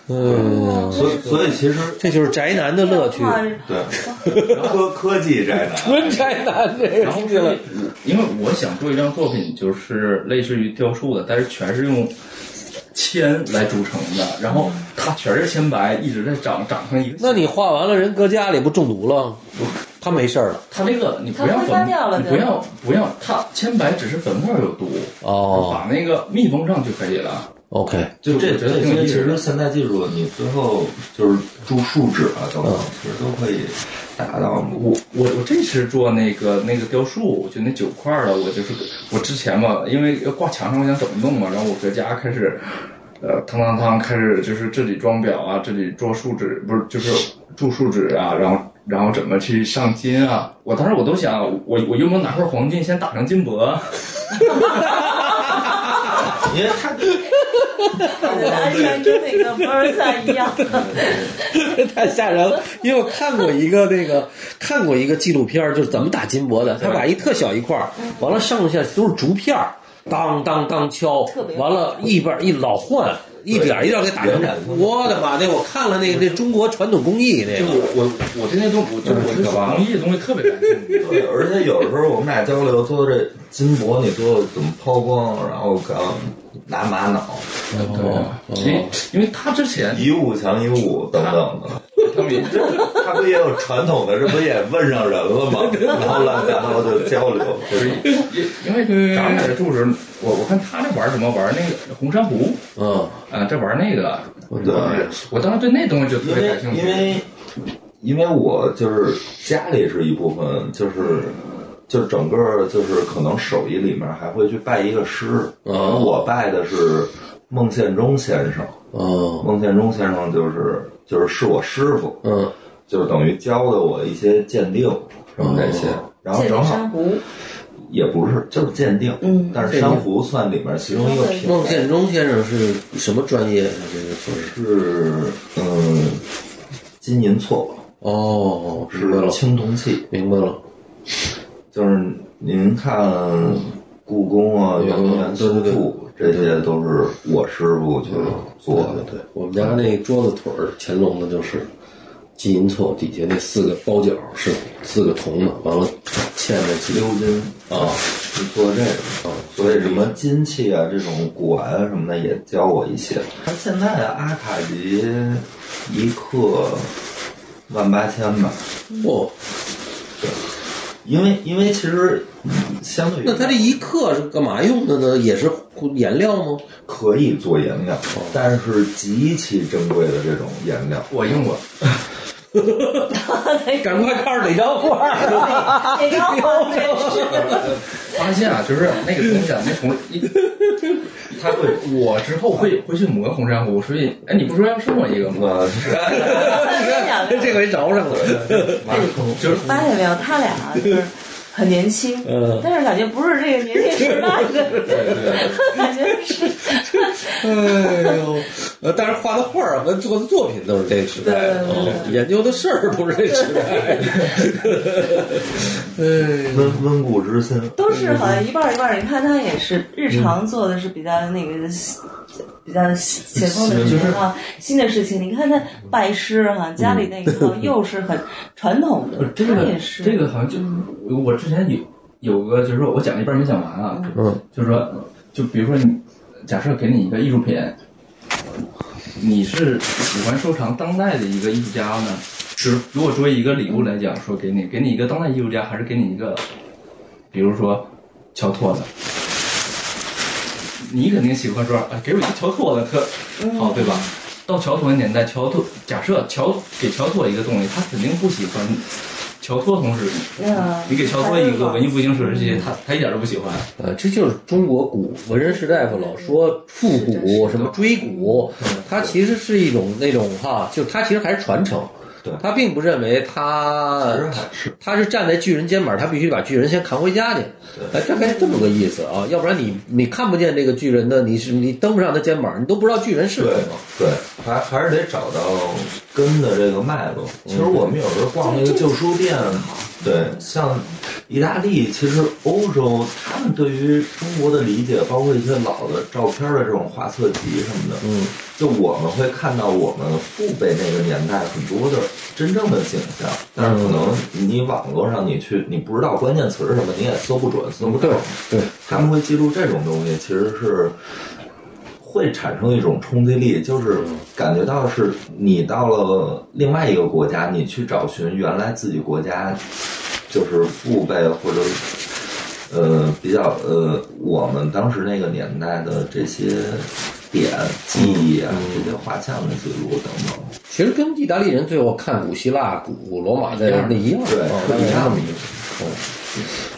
嗯，所以所以其实这就是宅男的乐趣，哇对科科技宅男，纯宅男这个然后听起来。因为我想做一张作品，就是类似于雕塑的，但是全是用铅来组成的，然后它全是铅白，一直在长，长成一个。那你画完了，人搁家里不中毒了？他没事儿了。它这个你它不要挥发粉，掉了你对不吧要不要，它千白只是粉末有毒，哦把那个密封上就可以了。 ，OK，就这我觉得这挺有些意其思实的。现代技术，你最后就是注树脂啊等等，其实都可以达到目的。我我我这次做那个那个雕塑，就那九块儿的，我就是我之前嘛，因为要挂墙上，我想怎么弄嘛，然后我搁家开始，呃，腾腾腾开始就是自己装裱啊，自己做树脂，不是就是注树脂啊，然后然后怎么去上金啊，我当时我都想，我我用不用拿块黄金先打成金箔？啊因为它安全跟那个凡尔赛一样。 太吓人了，因为我看过一个那个看过一个纪录片儿，就是怎么打金箔的，他把一特小一块儿，完了上下都是竹片儿，当当当敲特别，完了一边一老换，一点儿一点儿给打成这。我的妈！那我看了那那中国传统工艺那 就个，我我我对那东我就我对手工艺的东西特别感兴趣。对，而且有时候我们俩交流做这金箔，你说怎么抛光，然后刚拿玛瑙，哦对，因为因为他之前一物降一物等等的，他们也他不也有传统的，这不也问上人了吗？然后乱七八糟就交流，因为咱们在住址，我我看他这玩什么玩那个红珊瑚，嗯，啊，这玩那个，对，我当时对那东西就特因别为感兴因趣。为因为我就是家里是一部分，就是。就是整个就是可能手艺里面还会去拜一个师，哦我拜的是孟宪忠先生，哦，孟宪忠先生就是就是是我师傅，嗯，就是等于教了我一些鉴定什么这些，哦然后见正那好珊瑚，也不是就是鉴定，嗯但是珊瑚算里面其中一个品孟宪忠先生是什么专业？啊这个就是是嗯金银错哦，宝，明白是了，青铜器，明白了，就是您看故宫啊、圆明园修复这些都是我师傅去做的，对，我们家那桌子腿儿，乾隆的就是金银错，底下那四个包角是四个铜的，完了嵌着几鎏金啊，是做这个，所以什么金器啊、这种古玩啊什么的也教我一些。他现在的阿卡迪一克万八千吧，嗯哦，因为因为其实相对于那它这一克是干嘛用的呢？也是颜料吗？可以做颜料，但是极其珍贵的这种颜料。我用 过，赶快看着哪张画？那张画是发现啊，就是那个东西啊，那红， 它会我之后会会去磨红珊瑚，所以哎，你不说要送我一个吗？呃，两哎个。这回饶上 了。就是发现没有，他 俩就是很年轻，哎嗯但是感觉不是这个年龄时代的， 感觉嗯是哎呦，呃，但是画的画儿和做的作品都是这个时代对的，哦研究的事儿不是这时代的。哎，温温故知新，都是好像一半儿一半儿。你看他也是日嗯常做的是比较那个。比较前锋的事情啊，新的事情。你看他拜师哈、家里那一套又是很传统的，嗯呃这他个也是嗯这个好像就是我我之前有有个就是说我讲一半没讲完啊，嗯，就是说就比如说你假设给你一个艺术品，你是喜欢收藏当代的一个艺术家呢？是，如果作为一个礼物来讲，说给你给你一个当代艺术家，还是给你一个，比如说乔托的，你肯定喜欢说，哎，给我一个乔托的特嗯好，对吧？到乔托的年代，乔托假设乔给乔托一个东西，他肯定不喜欢乔托同志。嗯你给乔托一个文艺复兴时期，他他一点都不喜欢。呃，这就是中国古文人士大夫老说复古什么追古，嗯它其实是一种那种哈，就是它其实还是传承。对他并不认为他其实还是他是站在巨人肩膀，他必须把巨人先扛回家去。哎，大概是这么个意思啊，要不然你你看不见这个巨人的，你是你登不上他肩膀，你都不知道巨人是什对么。对，还还是得找到根的这个脉络。其实我们有时候逛那个旧书店，对，像意大利，其实欧洲他们对于中国的理解，包括一些老的照片的这种画册集什么的，嗯，就我们会看到我们父辈那个年代很多的真正的景象，但是可能你网络上你去，你不知道关键词是什么，你也搜不准，搜不到。对，他们会记录这种东西，其实是会产生一种冲击力，就是感觉到是你到了另外一个国家，你去找寻原来自己国家就是父辈或者呃比较呃我们当时那个年代的这些点记忆啊，嗯这些画像的记录等等。其实跟意大利人最后看古希腊、古古罗马在那一样，对哦是一样的那么一个哦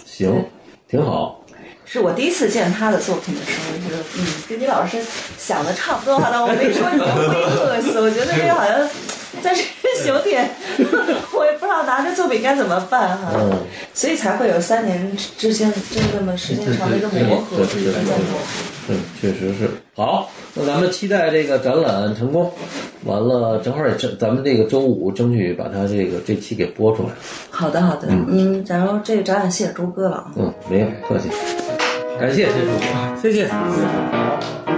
行，挺好。是我第一次见他的作品的时候，我觉得嗯，跟你老师想的差不多哈，但我没说你会饿死，我觉得这个好像在这有点， 我也不知道拿这作品该怎么办哈，嗯所以才会有三年之间就这么时间长的一个磨合对对对对对在对磨合。嗯，确实是。好，那咱们期待这个展览成功。完了，正好也争，咱们这个周五争取把它这个这期给播出来。好的好的，嗯，然后这个展览谢谢周哥了啊。嗯，没有客气，感谢，谢谢，谢谢。